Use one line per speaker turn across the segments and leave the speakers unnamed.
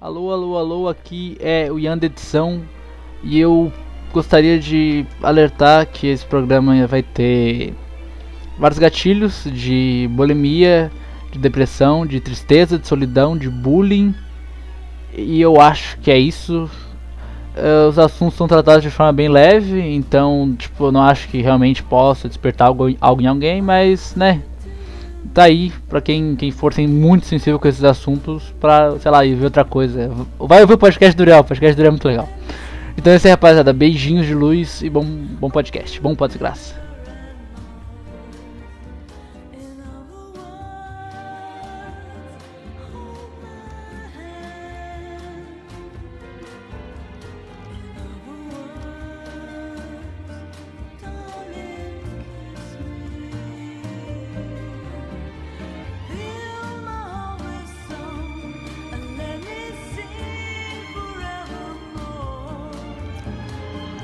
Alô, alô, alô, aqui é o Ian da Edição e eu gostaria de alertar que esse programa vai ter vários gatilhos de bulimia, de depressão, de tristeza, de solidão, de bullying. E eu acho que é isso. Eh, Os assuntos são tratados de forma bem leve, então, tipo, eu não acho que realmente possa despertar algo, algo em alguém, mas, né, tá aí pra quem, quem for sem muito sensível com esses assuntos, pra, sei lá, ir ver outra coisa. Vai ouvir o podcast do Uriel, o podcast do Uriel é muito legal. Então é isso aí, rapaziada. Beijinhos de luz e bom, bom podcast. Bom pode graça.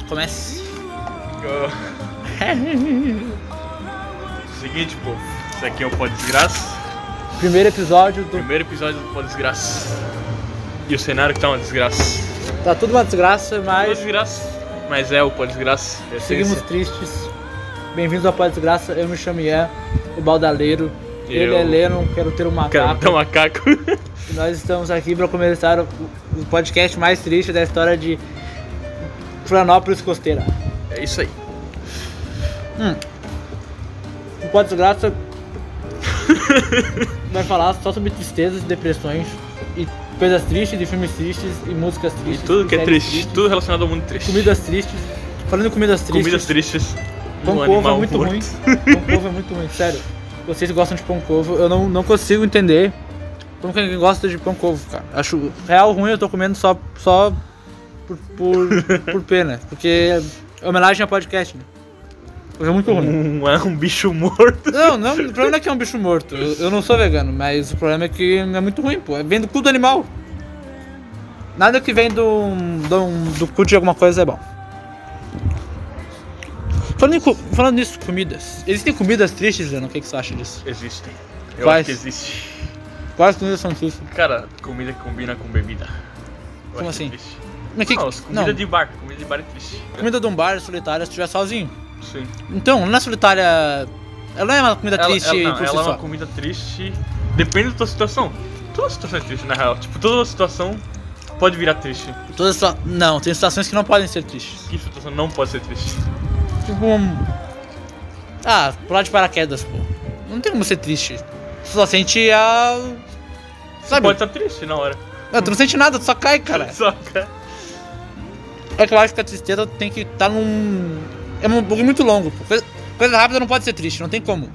Comece.
Seguinte, pô. Isso aqui é o Pó Desgraça.
Primeiro episódio do.
Primeiro episódio do Pó Desgraça. E o cenário que tá uma desgraça.
Tá tudo uma desgraça,
Pó
mas
Desgraça. Mas é o Pó Desgraça. é a
seguimos
essência.
tristes. Bem-vindos ao Pó Desgraça. Eu me chamo Ian, o Baldaleiro. Ele
Eu-
é Lennon, quero ter um
Cara,
macaco.
tá um macaco.
E Nós estamos aqui para começar o o podcast mais triste da história de Florianópolis Costeira.
É isso aí.
O Pó Desgraça vai falar só sobre tristezas, depressões e coisas tristes, e filmes tristes, e músicas
E
tristes.
tudo que é
séries
triste.
tristes,
Tudo relacionado ao mundo triste.
Comidas tristes. Falando em comidas tristes.
Comidas tristes.
Pão
um
Covo é
animal
muito
morto.
ruim. Pão Covo é muito ruim, sério. Vocês gostam de pão Covo, eu não, não consigo entender como que alguém gosta de pão Covo, cara. Acho real ruim, eu tô comendo só, só por, por, por pena. Porque é homenagem a podcast, né? Mas É muito ruim.
Um, é um bicho morto.
Não, não, o problema não é que é um bicho morto. Eu, eu não sou vegano, mas o problema é que é muito ruim, pô. Vem do cu do animal. Nada que vem do, do, do cu de alguma coisa é bom. Falando, em, cu- falando nisso, comidas. Existem comidas tristes, Leandro? O que, que você acha disso?
Existem. Eu
Quais?
acho que existe.
Quais comidas são tristes?
Cara, comida que combina com bebida. Eu
Como
acho que
assim?
é triste.
Mas que,
Não, as comida
não,
de bar. Comida de bar é triste.
comida de um bar solitária se estiver sozinho.
Sim.
Então, não é solitária... Ela não é uma comida
Ela-
triste
ela, não,
por si
ela é
só.
uma comida triste. Depende da tua situação. Toda situação é triste, na real. Tipo, toda situação pode virar triste.
Todas só- Não, tem situações que não podem ser tristes.
Que situação não pode ser triste?
Tipo. um- Ah, pular de paraquedas, pô. Não tem como ser triste. Tu só sente a. Sabe?
Pode estar triste na hora.
Não, tu não sente nada, tu só cai, cara.
Só que-
É que eu acho que a tristeza tem que estar num. É um bug muito longo, pô. Coisa, coisa rápida não pode ser triste, não tem como.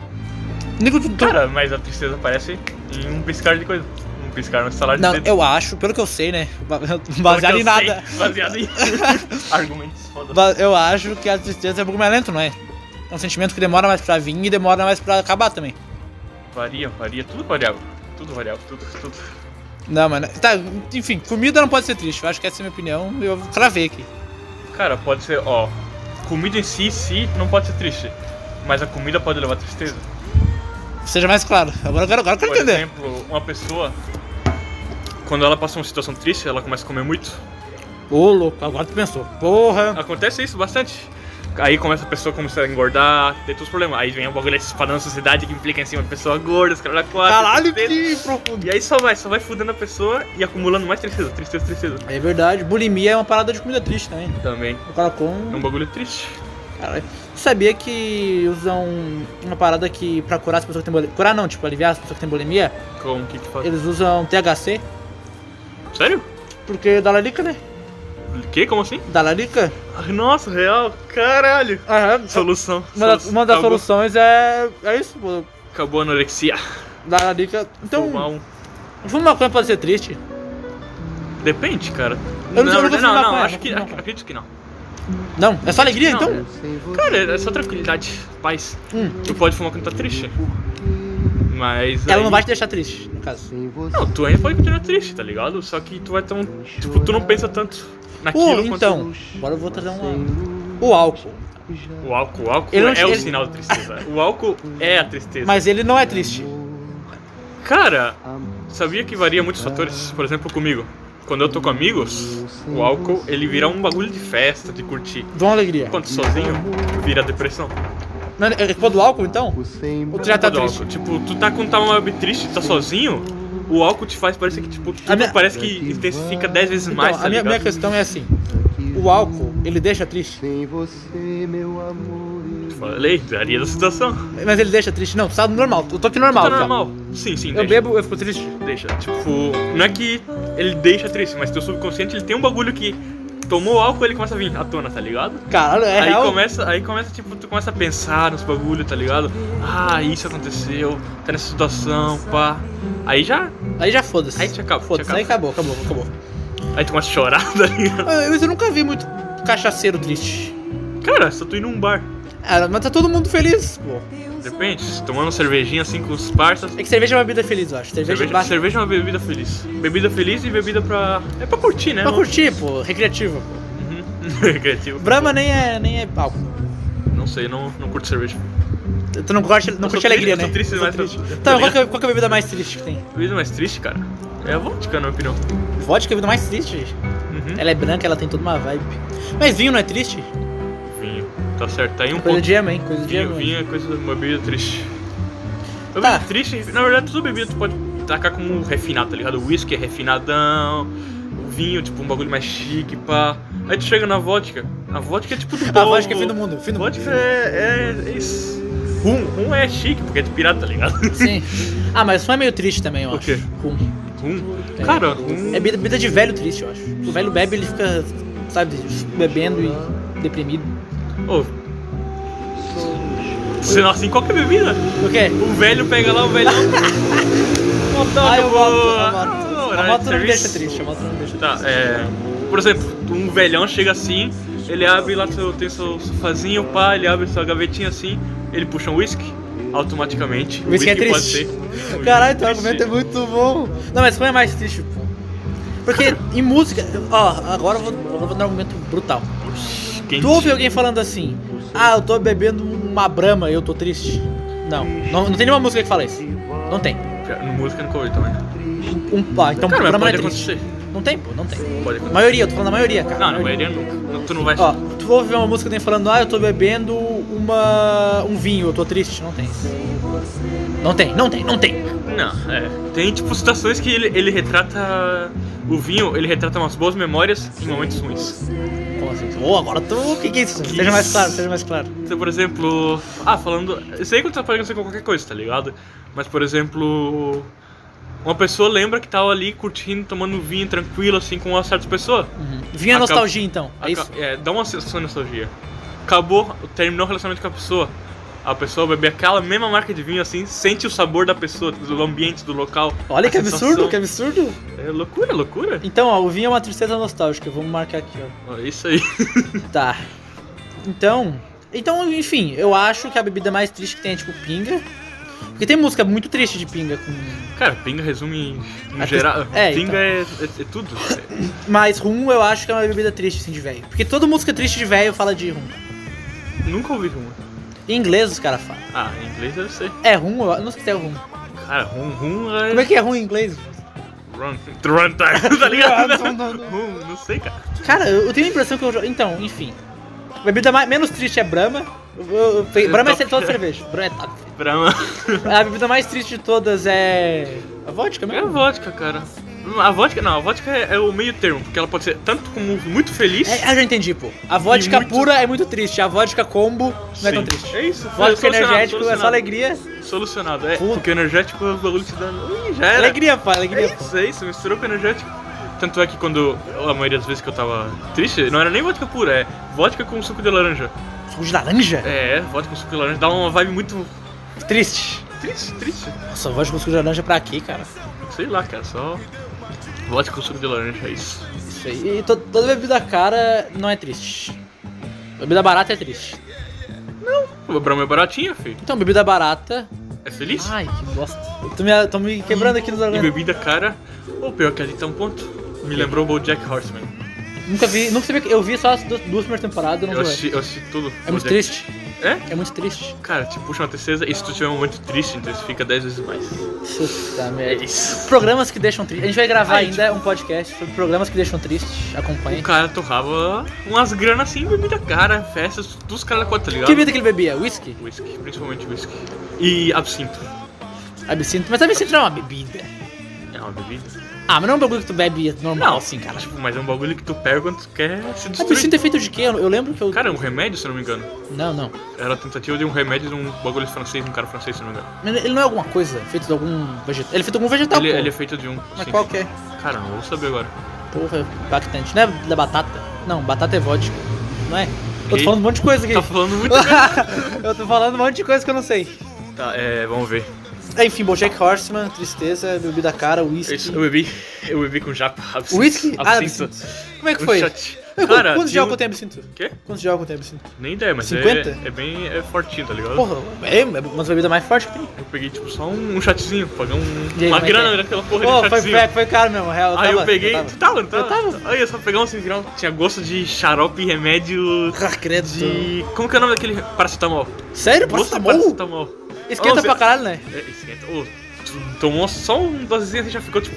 Nem que tu- tu-
Cara, mas a tristeza aparece em um piscar de coisa. Um piscar no salário
Não,
de dedo.
eu acho, pelo que eu sei, né? ba-
Pelo que
Baseado
eu
em nada.
sei, baseado em argumentos foda.
Ba- Eu acho que a tristeza é um pouco mais lento, não é? É um sentimento que demora mais pra vir e demora mais pra acabar também.
Varia, varia, tudo variável. Tudo variável, tudo, tudo.
Não, mano. Tá, enfim, comida não pode ser triste. Eu acho que essa é a minha opinião. Eu cravei aqui.
Cara, pode ser, ó. Comida em si, si, não pode ser triste. Mas a comida pode levar tristeza.
Seja mais claro. Agora eu quero, agora eu quero
Por
entender.
exemplo, uma pessoa, quando ela passa uma situação triste, ela começa a comer muito.
Ô, louco, agora tu pensou. Porra.
Acontece isso bastante. Aí começa a pessoa começar a engordar, ter todos os problemas. Aí vem o bagulho espalhando na sociedade que implica em cima de pessoa gorda, os caras da quatro.
Caralho,
tristeza.
que profundo.
E aí só vai, só vai fudendo a pessoa e acumulando mais tristeza, tristeza, tristeza.
É verdade, bulimia é uma parada de comida triste também.
Também.
O cara
É um
com.
bagulho triste.
Caralho. Sabia que usam uma parada que pra curar as pessoas que têm bulimia. Curar não, tipo, aliviar as pessoas que têm bulimia,
Como que que faz?
eles usam THC,
Sério?
porque dá larica, né?
Que? Como assim?
Dá larica?
Ai, Nossa, real, caralho.
Aham.
Solução.
Uma, da-
Solu-
uma das
acabou-
soluções é. É isso, pô.
Acabou a anorexia.
Dá larica. Então,
Fumar um
fumar maconha pode ser triste.
Depende, cara.
Eu não- eu
não,
nunca fui
não,
maconha,
acho
nunca
que
fui maconha.
acredito que não.
Não, é só alegria
Não,
então?
Cara, é só tranquilidade, paz.
Hum.
Tu pode fumar quando tá triste. Mas.
Ela
aí-
não vai te deixar triste, no caso.
Não, tu ainda pode continuar triste, tá ligado? Só que tu vai ter um. Tipo, tu não pensa tanto
Pô,
naquilo
então, agora eu vou trazer um. O álcool.
quanto. O álcool, o álcool
Ele não-
é o
ele-
sinal da tristeza. O álcool é a tristeza.
Mas ele não é triste.
Cara, sabia que varia muitos fatores? Por exemplo, comigo. Quando eu tô com amigos, o álcool ele vira um bagulho de festa, de curtir.
Dá uma alegria.
Quando sozinho, vira depressão.
Não, é culpa do álcool, então? Ou tu já tá
Do álcool.
triste?
Tipo, tu tá com tá uma vibe triste, tu tá sozinho, o álcool te faz parecer que, tipo, tudo
A minha- É
parece que intensifica 10 vezes
Então,
mais, tá
a minha,
ligado?
minha questão é assim. O álcool, ele deixa triste.
Sem você, meu amor.
Falei, daria da situação.
Mas ele deixa triste. Não, tu tá normal. Eu tô aqui normal.
Tá
já.
normal. Sim, sim,
Eu
deixa.
bebo, eu fico triste.
Deixa. Tipo, não é que ele deixa triste, mas teu subconsciente ele tem um bagulho que tomou álcool ele começa a vir à tona, tá ligado?
Caralho, é
aí
real.
começa, aí começa, tipo, tu começa a pensar nos bagulhos, tá ligado? Ah, isso aconteceu, tá nessa situação, pá. Aí já.
Aí já foda-se.
Aí te acaba, te
Foda-se,
acaba.
aí acabou, acabou, acabou.
Aí tu começa a chorar, tá ligado?
Ah, Mas eu nunca vi muito cachaceiro triste.
Cara, só tu ir num bar.
Ah, mas tá todo mundo feliz, pô.
Depende, se tomando cervejinha assim com os parças.
É que cerveja é uma bebida feliz, eu acho. Cerveja,
Cerveja,
baixa.
cerveja é uma bebida feliz. Bebida feliz e bebida pra. É pra curtir, né?
Pra
mano?
curtir, pô, recreativa. pô.
Uhum. Recreativo.
Brahma nem é, nem é álcool.
Não sei, não, não curto cerveja.
Tu não gosta, não
Eu sou
curte alegria,
triste,
né? Tu
eu sou
é
triste, mas eu-
Então, qual
tá
que, é,
ligado?
qual que é a bebida mais triste que tem?
Bebida mais triste, cara, é a vodka, na minha opinião.
Vodka é a bebida mais triste, gente.
Uhum.
Ela é branca, ela tem toda uma vibe. Mas vinho não é triste?
Vinho. Tá certo, tá aí um
Coisa
pouco.
de ama, hein? Coisa de
Vinho,
ama.
vinho é coisa, uma bebida triste. Bebida
Tá.
triste, na verdade, toda bebida tu pode tacar como refinado, tá ligado? O whisky é refinadão, o vinho, tipo, um bagulho mais chique, pá. Aí tu chega na vodka, a vodka é tipo do
A
povo.
vodka é fim do mundo, fim do mundo.
Vodka é. é, é isso. Rum, rum é chique, porque é de pirata, tá ligado?
Sim. Ah, mas isso é meio triste também, eu
O
acho.
quê?
Rum.
Rum?
É.
Cara, rum.
É bebida, bebida de velho triste, eu acho. O velho bebe, ele fica, sabe, bebendo e deprimido.
é- Ô. Sendo assim, qualquer bebida.
O quê?
O velho tá pega lá, o velhão.
Ah, eu
vou.
boto, eu boto. A
Horário
moto
de
não me
Ah, serviço.
deixa triste, a moto não me deixa
Tá,
triste.
é. Por exemplo, um velhão chega assim, ele abre lá, seu, tem seu sofazinho, pá, ele abre sua gavetinha assim, ele puxa um whisky, automaticamente.
Whisky é
pode
triste.
ser- o
Caralho,
whisky
teu argumento é
triste.
muito bom. Não, mas como é mais triste, pô? Porque em música, ó, agora eu vou, eu vou dar um argumento brutal.
Quente.
Tu ouve alguém falando assim, ah, eu tô bebendo uma brama e eu tô triste? Não, não, não tem nenhuma música que fala isso. Não tem.
Cara, No música não corre também.
Um, pá, então
Cara, mas
brama não é
pode
triste.
acontecer.
Não tem, pô, não tem.
Pode acontecer.
Maioria, eu tô falando da maioria, cara.
Não, é. na maioria nunca. Não, Tu não vai.
Ó, tu ouve uma música nem falando, ah, eu tô bebendo uma. um vinho, eu tô triste. Não tem isso. Não tem, não tem, não tem.
Não, é. Tem tipo situações que ele, ele retrata. O vinho, ele retrata umas boas memórias em momentos ruins.
Como assim? Ô, agora tu. O que, que é isso?
Que
seja mais
isso?
claro, seja mais claro.
Então, por exemplo. Ah, falando. Isso aí pode acontecer com qualquer coisa, tá ligado? Mas, por exemplo. Uma pessoa lembra que tava ali curtindo, tomando vinho tranquilo, assim, com uma certa pessoa.
Vinho é
Acab-
nostalgia, então. É isso?
Aca- é, dá uma sensação de nostalgia. Acabou, terminou o relacionamento com a pessoa. A pessoa bebe aquela mesma marca de vinho, assim, sente o sabor da pessoa, do ambiente, do local.
Olha que
a
absurdo,
sensação.
que absurdo.
É loucura, loucura.
Então, ó, o vinho é uma tristeza nostálgica. Vamos marcar aqui, ó.
Ó, Isso aí.
Tá. Então. Então, enfim, eu acho que a bebida mais triste que tem é tipo pinga. Porque tem música muito triste de pinga com.
Cara, pinga resume em
A
geral.
questão- é,
pinga é, é- é tudo.
Mas rum eu acho que é uma bebida triste, assim, de velho. Porque toda música triste de velho fala de rum.
É- Nunca ouvi rum.
Em inglês os caras falam.
Ah, em inglês deve ser.
É rum? Eu não sei se é rum.
Cara, rum, rum é.
Como é que é rum em inglês?
Run, run time, tá ligado? rum, não sei, cara.
Cara, eu eu tenho a impressão que eu. jo- Então, enfim. Bebida mais, menos triste é Brahma. Eu- eu- eu- fe- Brahma é
top.
toda cerveja. Brahma é top.
Brahma.
A bebida mais triste de todas é. A vodka
É a
mesmo?
vodka, cara. Hum, A vodka não, a vodka é, é o meio termo, porque ela pode ser tanto como muito feliz.
É, ah, já entendi, pô. A vodka
E muito-
pura é muito triste. A vodka combo não é tão
Sim.
triste.
É isso,
Vodka
solucionado,
energético é
solucionado.
só alegria.
Solucionado, é.
Puta.
Porque o energético é o bagulho que te dá. Ih, já era.
Alegria, pá,
É
alegria. pô.
isso, é isso, misturou com energético. Tanto é que quando a maioria das vezes que eu tava triste, não era nem vodka pura, é vodka com suco de laranja.
Suco de laranja? É
É, vodka com suco de laranja dá uma vibe muito
Triste.
triste, triste.
Nossa, vodka com suco de laranja pra quê, cara?
Sei lá, cara, só vodka com suco de laranja, é isso.
Isso aí. E to- toda bebida cara não é triste. Bebida barata é triste.
O Brahma é baratinha, filho.
Então, bebida barata.
É feliz?
Ai, que bosta. Tô me, tô me quebrando aqui nos
E
argumentos.
bebida cara, ou pior que ali tá um ponto. Me lembrou o BoJack Horseman.
Nunca vi, nunca sabia que. Eu vi só as duas, duas primeiras temporadas, não
Eu
vi.
assisti, eu assisti tudo.
É muito
BoJack.
triste.
É?
É muito triste.
Cara, te puxa uma tristeza e se tu tiver um momento triste, intensifica 10 vezes mais.
Puta
É
merda.
isso.
Programas que deixam triste. A gente vai gravar
Aí,
ainda um podcast sobre programas que deixam triste. Acompanhe.
O cara torrava umas granas assim, bebida cara, festas, dos caras da conta, tá ligado?
Que bebida que ele bebia? Whisky?
Whisky, principalmente whisky. E absinto.
Absinto? Mas absinto não é uma bebida.
É uma bebida.
Ah, mas não é um bagulho que tu bebe normal assim, cara.
Tipo, mas é um bagulho que tu pega quando tu quer se destruir.
Absinto é feito de quê? Eu eu lembro que eu.
Cara, é um remédio, se eu não me engano.
Não, não.
Era a tentativa de um remédio de um bagulho francês, de um cara francês, se eu não me engano.
Mas Ele não é alguma coisa feito de algum vegetal. Ele é feito de algum vegetal,
ele,
pô.
ele é feito de um.
Mas
sim.
qual que é?
Cara, não vou saber agora.
Porra, impactante. Não é da batata? Não, batata é vodka. Não é? Eu
Ei.
tô falando um monte de coisa aqui.
Tá falando muito.
eu tô falando um monte de coisa que eu não sei.
tá, é, vamos ver.
Enfim, Bojack Horseman, tristeza, bebida cara, whisky.
Isso, eu bebi. Eu bebi com japa. absinto,
Whisky? Ah,
absinto.
absinto. Como é que
Um
foi?
shot.
Qu-
Cara,
Quantos de
tinha um-
álcool tem absinto?
Quê?
Quantos de álcool tem absinto?
Nem ideia, mas é-
50?
É, bem é fortinho, tá ligado?
Porra, é uma das bebidas mais fortes que tem.
Eu peguei tipo só um, um chatzinho, paguei um,
E aí, como
uma
é que
grana
é?
daquela porra
Pô,
de
foi,
chatzinho.
foi, foi caro mesmo, real.
Aí eu
tava-
peguei. né?
tava.
Tu tava, não tava?
Eu tava.
Aí eu só pegar um cinzirão. Tinha gosto de xarope e remédio
Ah, credo.
de. Como que é o nome daquele paracetamol?
Sério? tá
Gosto de
Paracetamol?
Paracetamol.
Esquenta
Nossa.
pra caralho, né?
É, esquenta. Ô, tu tomou só um dosezinho e já ficou tipo.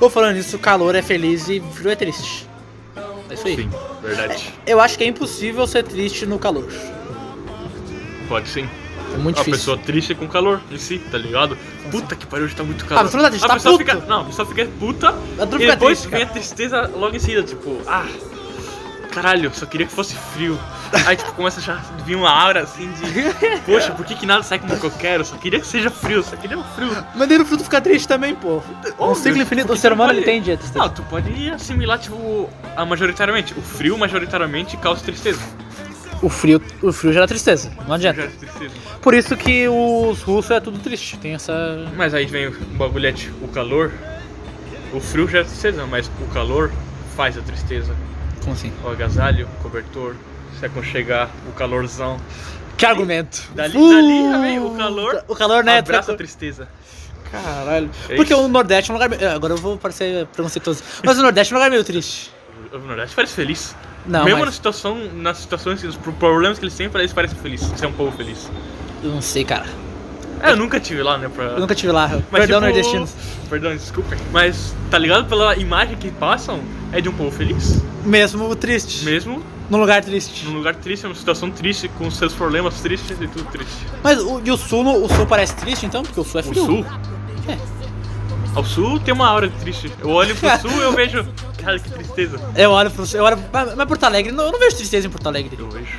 Ô, falando nisso, calor é feliz e frio é triste. É isso aí.
Sim, verdade.
Eu acho que é impossível ser triste no calor.
Pode sim.
É muito
Uma
difícil.
pessoa triste com calor em si, tá ligado? Puta que pariu, hoje tá muito calor.
Ah, mas tu não tá triste,
a
tá
pessoa
puto.
fica. Não, a pessoa fica puta.
A dor
e
fica
depois
triste,
vem
cara.
a tristeza logo em seguida, tipo, ah. Caralho, só queria que fosse frio. Aí tipo, começa a já vir uma aura assim de. Poxa, por que, que nada sai como que eu quero? Só queria que seja frio, só queria um frio.
Mas daí no fruto fica triste também, pô. Um
Óbvio,
ciclo infinito. O
porque
ser
tu
humano
pode-
ele tem dia tristeza.
Não, tu pode assimilar, tipo, a majoritariamente. O frio majoritariamente causa tristeza.
O frio, o frio gera tristeza. Não adianta.
Gera tristeza.
Por isso que os russos é tudo triste. Tem essa.
Mas aí vem o bagulhete, o calor. O frio gera tristeza, mas o calor faz a tristeza.
Como assim?
O agasalho, o cobertor, se aconchegar, o calorzão.
Que argumento.
Dali- dali já vem o calor.
O calor, né?
Abraça a
tra-
tristeza.
Caralho.
É
Porque
isso.
o Nordeste é um lugar. meio- Agora eu vou parecer preconceituoso. Mas o Nordeste é um lugar meio triste.
O Nordeste parece feliz.
Não,
Mesmo na
mas...
situação, nas situações, nos pro- problemas que eles têm, eles parecem felizes. Ser um povo feliz.
eu não sei, cara.
É, eu nunca tive lá, né? Pra...
Eu nunca tive lá.
Mas,
Perdão,
tipo,
nordestinos.
Perdão, desculpem. Mas, tá ligado? Pela imagem que passam, é de um povo feliz.
Mesmo o triste.
Mesmo
Num lugar triste.
num lugar triste, numa situação triste, com seus problemas tristes e tudo triste.
Mas o, e o sul, no- o sul parece triste então? Porque o sul é
O
frio.
sul?
É.
Ao sul tem uma aura de triste. Eu olho pro sul e eu vejo. Cara, que tristeza.
É, Eu olho pro sul. Eu olho, mas, mas Porto Alegre, não- eu não vejo tristeza em Porto Alegre.
Eu vejo.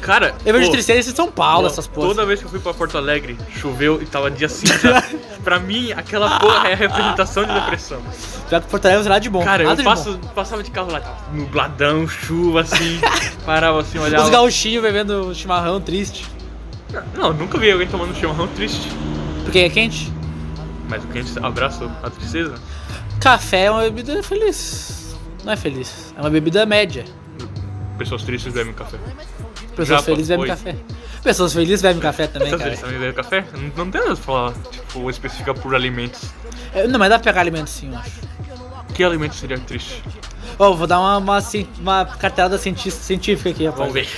Cara,
Eu vejo
pô,
tristeza em São Paulo,
pô,
essas porras.
Toda vez que eu fui pra Porto Alegre, choveu e tava dia cinza. pra mim, aquela porra é a representação de depressão.
Pior que Porto Alegre não tem nada de bom.
Cara,
nada
eu
de
passo, passava de carro lá, tava nubladão, chuva assim, parava assim,
bom. Os
olhava.
gauchinhos bebendo chimarrão triste.
Não, eu nunca vi alguém tomando chimarrão triste.
Porque é quente.
Mas o quente abraça a tristeza.
Café é uma bebida feliz. Não é feliz. É uma bebida média.
Pessoas tristes bebem café.
Pessoas
Japa,
felizes bebem
oi.
café. Pessoas felizes bebem café também,
Pessoas tristes
cara.
também bebem café? Não, não tem nada pra falar, tipo, especificar por alimentos.
É, Não, mas dá pra pegar alimento sim, eu acho.
Que alimento seria triste?
Ó, vou dar uma, uma, ci- uma carteirada cienti- científica aqui, rapaz.
Vamos ver.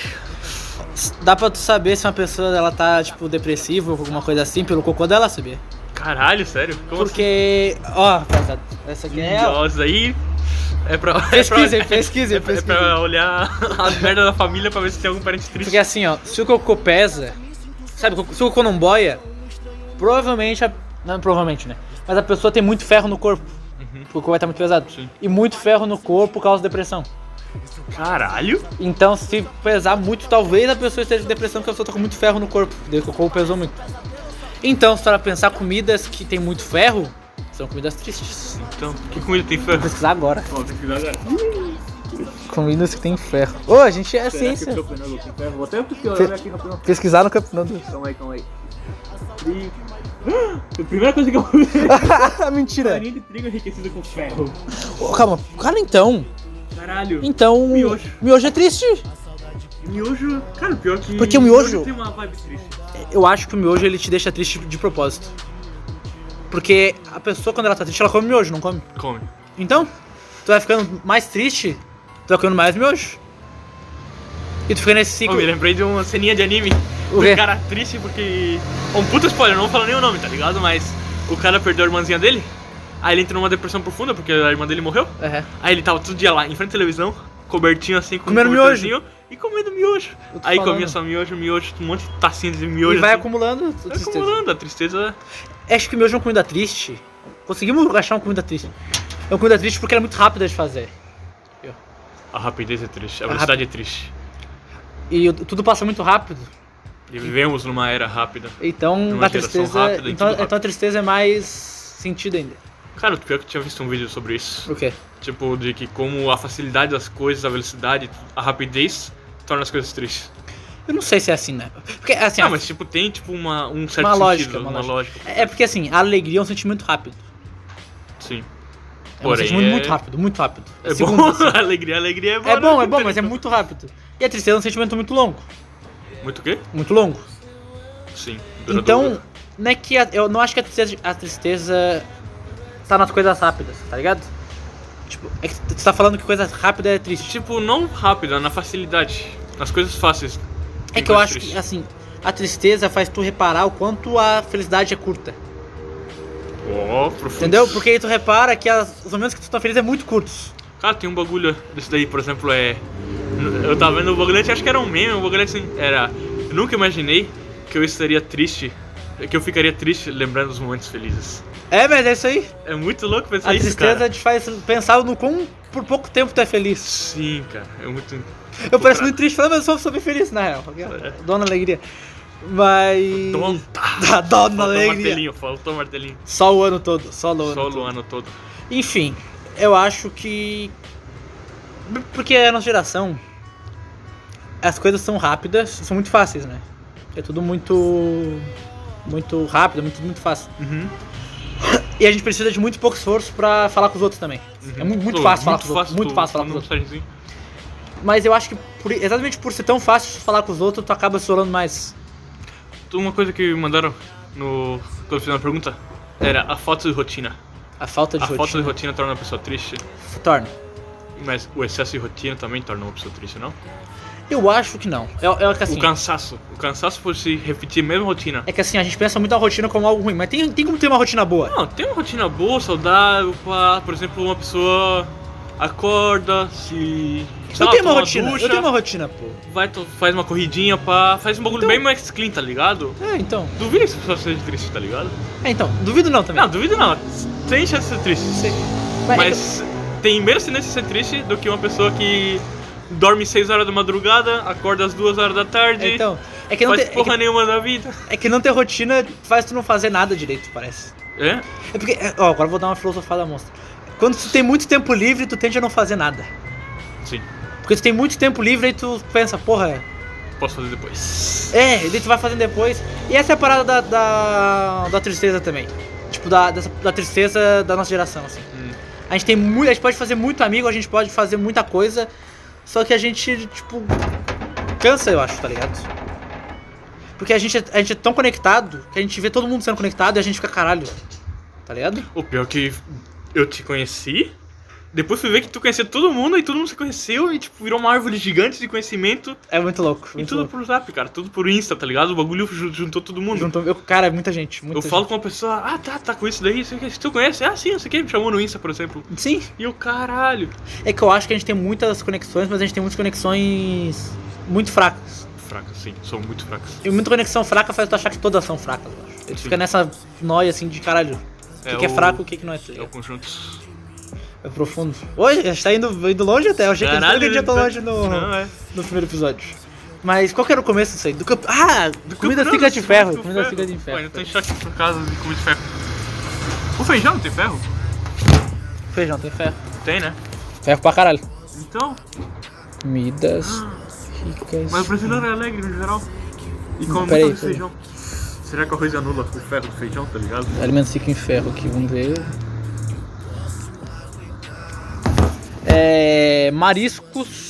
Dá pra tu saber se uma pessoa ela tá, tipo, depressiva ou alguma coisa assim pelo cocô dela, sabia?
Caralho, sério? Como
Porque. Ó, rapaziada, essa aqui é.
assim?
ela.
Nossa, aí. É pra.
Pesquisem,
é pra, é,
pesquisem,
pra- é
pesquisem.
pra olhar as merdas da família pra ver se tem algum parente triste.
Porque assim, ó, se o cocô pesa, sabe, co- se o cocô não boia, provavelmente a. Não, provavelmente, né? Mas a pessoa tem muito ferro no corpo.
Uhum.
O cocô vai estar muito pesado.
Sim.
E muito ferro no corpo causa depressão.
Caralho?
Então, se pesar muito, talvez a pessoa esteja com depressão porque a pessoa tá com muito ferro no corpo. Daí o cocô pesou muito. Então, se ela pensar comidas que tem muito ferro, são comidas tristes.
Então, que comida tem
Vou
ferro?
pesquisar agora.
Bom, tem que dar agora.
Comidas que tem ferro. Ô, a gente é ciência.
Vou até
Fe-
pesquisar aqui rapidão.
Pesquisar no campeonato.
Calma aí, calma aí. Trigo. Ah, a primeira coisa que eu vi
Ah, Mentira.
farinha de trigo enriquecida com ferro.
Ô, calma, cara, então.
Caralho.
Então.
Miojo.
miojo é triste.
Miojo. Cara, pior que.
Porque o miojo-
Tem uma vibe triste.
Eu acho que o miojo ele te deixa triste de propósito. Porque a pessoa, quando ela tá triste, ela come miojo, não come.
Come.
Então, tu vai ficando mais triste, tu vai comendo mais miojo. E tu fica nesse
Eu
ciclo.
me lembrei de uma ceninha de anime
O
do
quê?
cara triste porque. Um puta spoiler, não vou falar nem o nome, tá ligado? Mas o cara perdeu a irmãzinha dele, aí ele entrou numa depressão profunda porque a irmã dele morreu.
É.
Aí ele tava todo dia lá, em frente à televisão, cobertinho assim, com
Comendo
um
miojo.
cobertorzinho E comendo miojo.
Eu tô
Aí
falando.
comia só miojo, miojo, um monte de tacinha de
E
miojo.
vai
assim.
acumulando
Vai
tristeza.
acumulando, a tristeza.
Acho que o miojo é uma comida triste. Conseguimos achar uma comida triste. É uma comida triste porque ela é muito rápida de fazer.
A rapidez é triste, a
A
velocidade é triste.
E tudo passa muito rápido.
E vivemos numa era rápida.
Então
Numa
a
geração
tristeza.
rápida e
então,
tudo rápido.
então a tristeza é mais sentido ainda.
Cara, o pior é que eu tinha visto um vídeo sobre isso.
O quê?
Tipo, de que como a facilidade das coisas, a velocidade, a rapidez torna as coisas tristes.
Eu não sei se é assim, né? Porque assim.
Não,
a-
mas tipo, tem tipo uma, um certo
Uma
sentido,
lógica, uma
uma,
lógica.
lógica.
É porque assim, a alegria é um sentimento rápido.
Sim.
É um
Porém,
sentimento
é-
muito rápido, muito rápido.
É
Segundos,
bom,
assim.
alegria, alegria é bom.
É bom,
né?
é bom, mas é muito rápido. E a tristeza é um sentimento muito longo.
Muito o quê?
Muito longo.
Sim. duradouro.
Então, não é que a- eu não acho que a tristeza, a tristeza tá nas coisas rápidas, tá ligado? Tipo, é que tu tá falando que coisa rápida é triste.
Tipo, não rápida, na facilidade. Nas coisas fáceis.
É que eu
mais
acho
triste.
que, assim, a tristeza faz tu reparar o quanto a felicidade é curta.
Ó, profundo.
Entendeu? Porque aí tu repara que as- os momentos que tu tá feliz é muito curtos.
Cara, tem um bagulho desse daí, por exemplo, é. Eu tava vendo o bagulho, antes, acho que era um meme, um bagulho assim. Era. Eu nunca imaginei que eu estaria triste. Que eu ficaria triste lembrando os momentos felizes.
É, mas é isso aí.
É muito louco pensar
a
isso,
tristeza
cara.
te faz pensar no quão por pouco tempo tu é feliz.
Sim, cara. É muito.
Eu pareço muito triste falando, mas eu sou super feliz, na real. Dona Alegria. Mas.
É. Dona,
Da Dona
faltou
Alegria.
Ah, martelinho, faltou martelinho.
Só o ano todo, só o ano
Só
todo.
o ano todo.
Enfim, eu acho que. Porque é a nossa geração. As coisas são rápidas, são muito fáceis, né? É tudo muito. Muito rápido, muito, muito fácil.
Uhum.
E a gente precisa de muito pouco esforço pra falar com os outros também. É mu- muito,
Pô,
fácil falar com os outros.
fácil
Muito
tu-
fácil falar com
tu
os outros.
mandar mensagenzinha.
Mas eu acho que, por- exatamente por ser tão fácil falar com os outros, tu acaba se isolando mais.
Uma coisa que me mandaram no. Quando eu fiz uma pergunta era a foto de rotina.
A falta de
A
rotina.
foto de rotina torna uma pessoa triste,
Torna.
mas o excesso de rotina também torna uma pessoa triste, não?
Eu acho que não. Eu, eu, que assim,
O cansaço. O cansaço por se repetir a mesma rotina.
É que assim, a gente pensa muito na rotina como algo ruim, mas tem, tem como ter uma rotina boa.
Não, tem uma rotina boa, saudável, pá. Por exemplo, uma pessoa acorda, se. sei
eu
lá,
tenho uma
toma
rotina,
ducha,
eu tenho uma rotina, pô.
Vai, to- faz uma corridinha, pá. Faz um bagulho
Então-
bem mais clean, tá ligado?
É, então.
Duvido que essa pessoa seja triste, tá ligado?
É, então. Duvido não também.
Não, duvido não. Tem chance de ser triste. Mas
então-
tem menos tendência a ser triste do que uma pessoa que dorme 6 horas da madrugada, acorda às 2 horas da tarde,
Então, é que, não
faz
ter, é,
porra
que,
nenhuma da vida.
é que não ter rotina faz tu não fazer nada direito, parece.
É?
É porque, é, ó, agora eu vou dar uma filosofada monstra. Quando tu tem muito tempo livre, tu tende a não fazer nada.
Sim.
Porque tu tem muito tempo livre e tu pensa, porra,
Posso fazer depois.
é, e daí tu vai fazendo depois. E essa é a parada da, da, da tristeza também. Tipo, da, dessa- da tristeza da nossa geração, assim.
Hum.
A gente tem muito. A gente pode fazer muito amigo, a gente pode fazer muita coisa. Só que a gente, tipo. Cansa, eu acho, tá ligado? Porque a gente, é- a gente é tão conectado que a gente vê todo mundo sendo conectado e a gente fica caralho. Tá ligado?
O pior é que eu te conheci, depois fui ver que tu conhecia todo mundo e todo mundo se conheceu e tipo, virou uma árvore gigante de conhecimento
É muito louco.
e
Muito
tudo
louco.
por zap, cara. Tudo por Insta, tá ligado? O bagulho ju- juntou todo mundo.
Juntou- eu- cara, é muita gente. Muita
Eu falo com uma pessoa, ah tá, tá com isso daí, isso aqui, tu conhece? Ah sim, isso aqui me chamou no Insta, por exemplo.
gente. Sim.
E o caralho.
É que eu acho que a gente tem muitas conexões, mas a gente tem muitas conexões muito fracas.
Fracas, sim, são muito fracas.
E muita conexão fraca faz tu achar que todas são fracas, eu acho. Tu fica
Sim.
nessa noia assim de caralho. O que,
É
que é
o-
fraco, o que, que não é. tá
É o
ligado?
conjunto.
É profundo. Hoje, a gente tá indo, indo longe até. Eu achei que a gente tá
tá-
longe no,
Não, é.
no primeiro episódio. Mas qual que era o começo disso aí? Do camp... Ah, do comida
Não,
fica
do
de ferro.
do
Comida
ferro.
fica de
Pô, ainda
ferro.
tô em choque por causa de comida de ferro. O feijão não tem ferro?
Feijão, tem ferro.
Tem, né?
Ferro pra caralho.
Então,
Comidas ricas.
Ah. mas o brasileiro é alegre no geral. E
Hum,
come
peraí,
muito arroz e
peraí.
feijão. Será que o arroz anula o ferro do feijão, tá ligado?
Alimentos ricos em ferro aqui, vamos ver. É, mariscos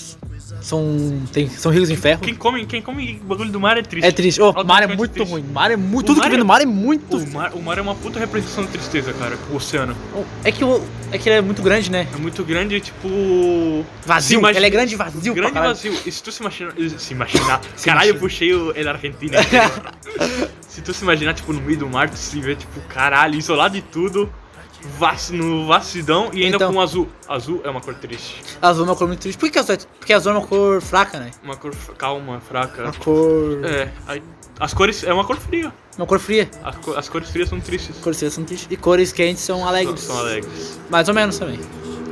São, tem, são rios em ferro.
Quem come, quem come bagulho do mar é triste.
É triste. Oh, mar é
Automaticamente
muito
triste.
ruim. Mar é muito.
O
Tudo
mar
que vem
é-
do mar é muito.
O mar, o mar é uma puta representação de tristeza, cara. O oceano.
É que, o, é que ele é muito grande, né?
É muito grande e, tipo. se
Vazio.
imagina-
Ele é grande e vazio. pra
Grande
caralho.
vazio. E se tu se imaginar. Se imaginar.
Se
caralho,
imagina.
eu puxei o El Argentino. se tu se imaginar, tipo, no meio do mar, tu se vê, tipo, caralho, isolado de tudo. Vac, no vacidão e ainda
Então.
com azul. Azul é uma cor triste.
Azul é uma cor muito triste. Por que azul é Porque azul é uma cor fraca, né?
Uma cor f- calma, fraca.
Uma cor.
É. aí- as cores. É uma cor fria.
Uma cor fria.
As, co- as cores frias são tristes.
Cores frias são tristes. E cores quentes são
São,
alegres.
são alegres.
Mais ou menos também.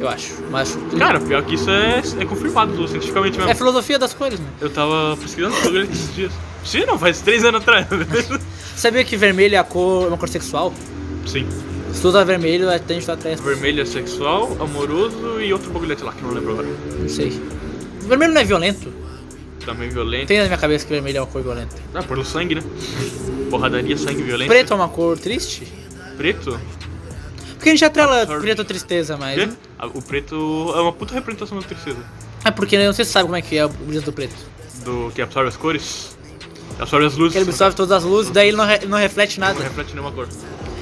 Eu acho. Mas acho tudo-
Cara, pior que isso é, é confirmado cientificamente mesmo.
É a filosofia das cores, né?
Eu tava pesquisando sobre ele esses dias. Sim, não, faz três anos atrás.
Sabia que vermelho é a cor, é uma cor sexual?
Sim.
Se tu usa vermelho, é tende a atrás.
Vermelho é sexual, amoroso e outro bagulhete lá que eu não lembro agora.
Não sei. Vermelho não é violento.
Também violento.
Tem na minha cabeça que vermelho é uma cor violenta.
Ah, por sangue, né? Porradaria, sangue, violência.
Preto é uma cor triste?
Preto?
Porque a gente tá atrela
Sorry.
preto à tristeza, mas.
Quê? Ah, O preto é uma puta representação da tristeza.
É porque né, não sei se sabe como é que é o brilho do preto.
Do que absorve as cores. Absorve as
Porque
luzes.
ele absorve todas as luzes, daí ele não, re- ele não reflete
Não
nada.
reflete nenhuma cor.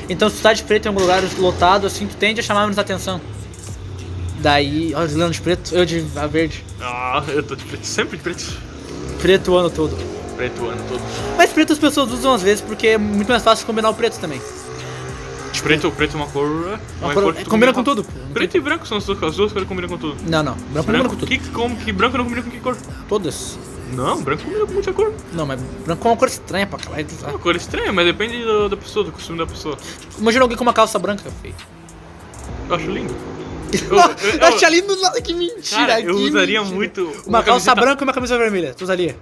Então se tu tá de preto em algum lugar lotado, assim, tu tende a chamar menos atenção. Daí, olha os leões de preto, eu de a verde.
Ah, eu tô de preto, sempre de preto.
Preto o ano todo.
Preto o ano todo.
Mas preto as pessoas usam às vezes porque é muito mais fácil combinar o preto também.
Preto, preto é uma cor.
Uma cor-
que tu
combina com tudo, pô.
Preto e branco são as duas, as duas cores que combinam com tudo.
Não, não. Branco combina com tudo.
Que, como, que branco não combina com que cor?
Todas.
Não, branco combina com muita cor.
Não, mas branco é uma cor estranha pra caralho. tá?
É uma cor estranha, mas depende do- da pessoa, do costume da pessoa.
Imagina alguém com uma calça branca, feio.
Eu acho lindo. Eu, eu- eu-
Acha lindo, nossa, que mentira.
cara, eu
que
usaria
mentira.
muito.
Uma, calça
camiseta-
branca e uma camisa vermelha. Tu usaria?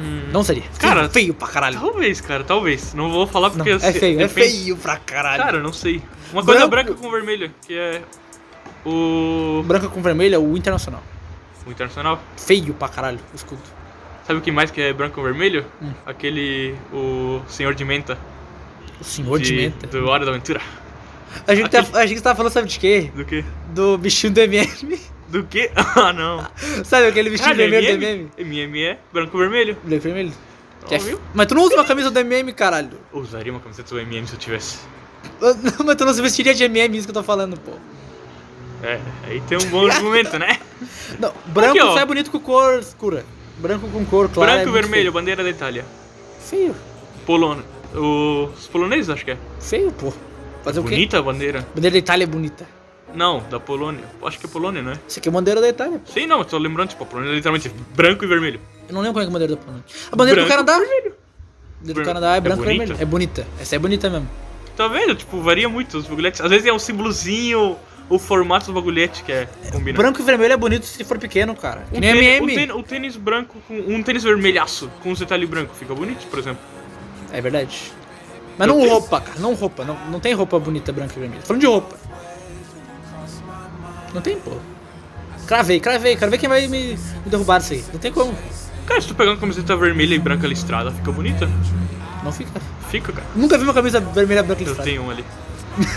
Hum,
Não usaria.
Cara-
feio pra caralho.
Talvez, cara, talvez. Não vou falar
Não,
porque
é
se-
feio, é
depende-
feio pra caralho.
Cara, eu não sei. Uma
Branco-
coisa branca com vermelha, que é. O.
Branca com vermelha, o internacional.
O internacional.
Feio pra caralho, o escudo.
Sabe o que mais que é branco com vermelho?
Hum.
Aquele. O Senhor de Menta.
O senhor de, menta.
Do Hora da Aventura.
A, gente tá, a gente tava falando, sabe de quê?
Do que?
Do bichinho do MM.
Do que? Ah, não.
sabe aquele bichinho
Caralho,
vermelho do
MM?
MM?
MM é branco com vermelho.
Branco e vermelho. Que é
Ó,
fe-
viu?
Mas tu não usa uma camisa do MM, caralho.
Eu usaria uma camiseta do MM se eu tivesse.
Não, mas tu não se vestiria de MM, isso que eu tô falando, pô.
É, aí tem um bom argumento, né?
Não, branco
Aqui, ó.
só é bonito com cor escura. Branco com cor clara. é
branco e
muito
vermelho, bandeira da Itália.
Feio.
Polônia. Os poloneses, acho que é.
Feio, feio pô. Fazer o quê?
Bonita a bandeira.
Bandeira da Itália é bonita.
Não, da Polônia. Acho que é Polônia, não é?
Isso aqui é bandeira da Itália.
Sim, não, tô lembrando, tipo, a Polônia é literalmente branco e vermelho.
Eu não lembro como é que é a bandeira da Polônia. A bandeira
Branco
do Canadá. Bandeira do
Ver-
Canadá é
é
branco e
bonita?
vermelho. É bonita. Essa é bonita mesmo.
Tá vendo? Tipo, varia muito os bagulhetes. Às vezes é um símbolozinho, o formato do bagulhete que é combina.
Branco e vermelho é bonito se for pequeno, cara. Que
um
nem
tênis, um
MM.
tênis- um tênis branco com um tênis vermelhaço com os detalhes branco fica bonito, por exemplo.
É verdade. Mas não
tênis-
roupa, cara. Não roupa. Não, não tem roupa bonita branca e vermelha. Tô Falando de roupa. Não tem, pô. Cravei, cravei. Quero ver quem vai me, me derrubar isso aí. Não tem como.
Cara, se tu pegar uma camiseta vermelha e branca listrada, fica bonita.
Não fica.
Fica, cara.
Nunca vi uma camisa vermelha branca
Eu
listrada.
tenho um ali.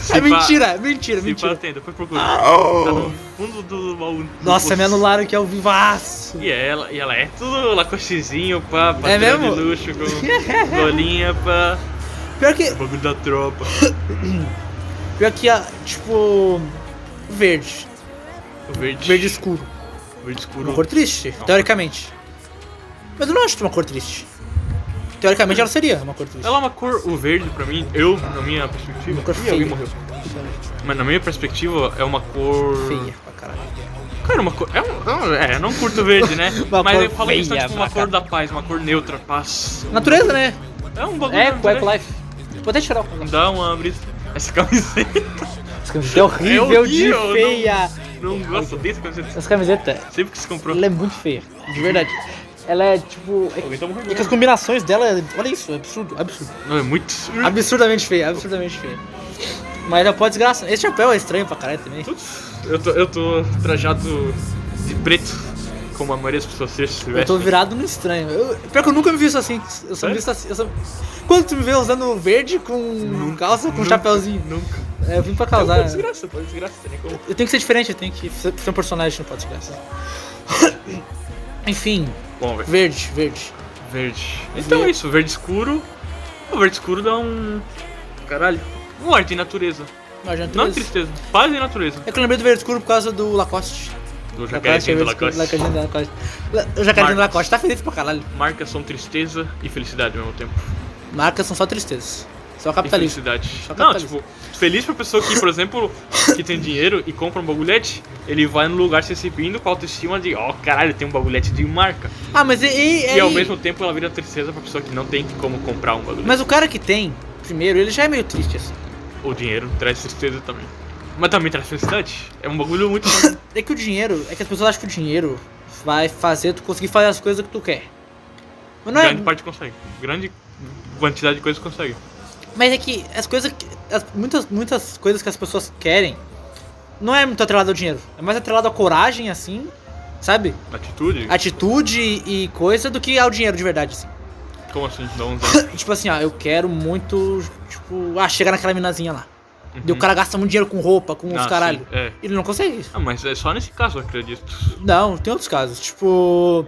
Se
É
pá-
mentira, mentira, é
Se pá,
mentira.
tem, depois procura. Tá no fundo do baú. do
Nossa,
bolso.
me anularam que é o vivaço.
E ela, e ela é tudo lacostezinho, pá, patrão
É mesmo?
de luxo, com bolinha, pá,
Pior que
bagulho da tropa.
Pior que a, tipo. Verde.
O verde,
Verde escuro.
verde escuro.
Uma cor triste,
Não.
teoricamente. Mas eu não acho uma cor triste. Teoricamente ela seria uma cor triste.
Ela é uma cor, o verde pra mim, eu, na minha perspectiva,
Uma cor
Ih,
feia.
alguém morreu. Mas na minha perspectiva é uma cor.
Feia pra caralho.
Cara, uma cor. É, um- é, eu não curto verde, né?
Uma
Mas
cor
eu falo isso,
feia
tipo, uma
pra
cor da paz, uma cor neutra, paz.
Natureza, né?
É um bagulho.
É,
da
Quack
natureza.
Life.
Vou até tirar o camiseta.
Dá uma brisa. Essa camiseta.
Essa camiseta é horrível,
horrível,
de
não-
feia.
Não gosto dessa camiseta.
Essa camiseta,
Sempre que se comprou.
ela é muito feia, de verdade. Ela é tipo. é-
Alguém tá
É que as
morrendo.
combinações dela, olha isso, é absurdo, absurdo.
Não, é muito.
Absurdamente feia, absurdamente feia. Mas é pó desgraça. Esse chapéu é estranho pra caralho também.
Putz, Eu tô, eu tô trajado de preto, com como a maioria das pessoas se estivesse.
Eu tô virado no estranho. Eu, pior que eu nunca me vi isso assim. Eu só me
Sério?
vi isso assim. eu só- Quando tu me vê usando verde com calça, com um
Nunca, Então,
chapéuzinho?
Nunca.
É, eu vim pra
Não,
causar.
pô, desgraça, pô, desgraça, tem nem como.
Eu tenho que ser diferente, eu tenho que ser ser um personagem no podcast. Enfim,
Bom, velho.
verde, verde.
Verde. Então é isso, verde escuro. O verde escuro dá um. Caralho. Morte e natureza.
Não adianta
Não
isso.
tristeza, paz e natureza.
É que eu lembrei do verde escuro por causa do Lacoste.
Do jacarezinho do
Lacoste,
Lacoste.
é verde escuro, Lacoste. La- O jacarezinho do
Marcos.
Lacoste tá feliz pra caralho.
Marcas são tristeza e felicidade ao mesmo tempo.
Marcas são só tristezas. Só
E
capitalismo.
felicidade.
Só
Não,
capitalismo.
tipo, feliz pra pessoa que, por exemplo, que tem dinheiro e compra um bagulhete, ele vai num lugar se exibindo com a autoestima de, ó, caralho, tem um bagulhete de marca.
Ah, mas e, e,
E ao
e-
mesmo tempo ela vira tristeza pra pessoa que não tem como comprar um bagulhete.
Mas o cara que tem, primeiro, ele já é meio triste assim.
O dinheiro traz tristeza também. Mas também traz felicidade. É um bagulho muito.
É que o dinheiro, é que as pessoas acham que o dinheiro vai fazer tu conseguir fazer as coisas que tu quer. Mas não é.
grande parte consegue. Grande quantidade de coisas consegue.
Mas é que as coisas. que- as- muitas, muitas coisas que as pessoas querem não é muito atrelado ao dinheiro. É mais atrelado à coragem, assim, sabe?
Atitude?
Atitude e coisa do que ao dinheiro de verdade, assim.
Como assim? Dá um exemplo.
Tipo assim, ó, eu quero muito, tipo, ah, chegar naquela minazinha lá. E o
Uhum.
cara gasta muito dinheiro com roupa, com
Ah,
os
sim,
caralho.
É.
Ele não consegue isso.
Ah, mas é só nesse caso, eu acredito.
Não, tem outros casos. Tipo.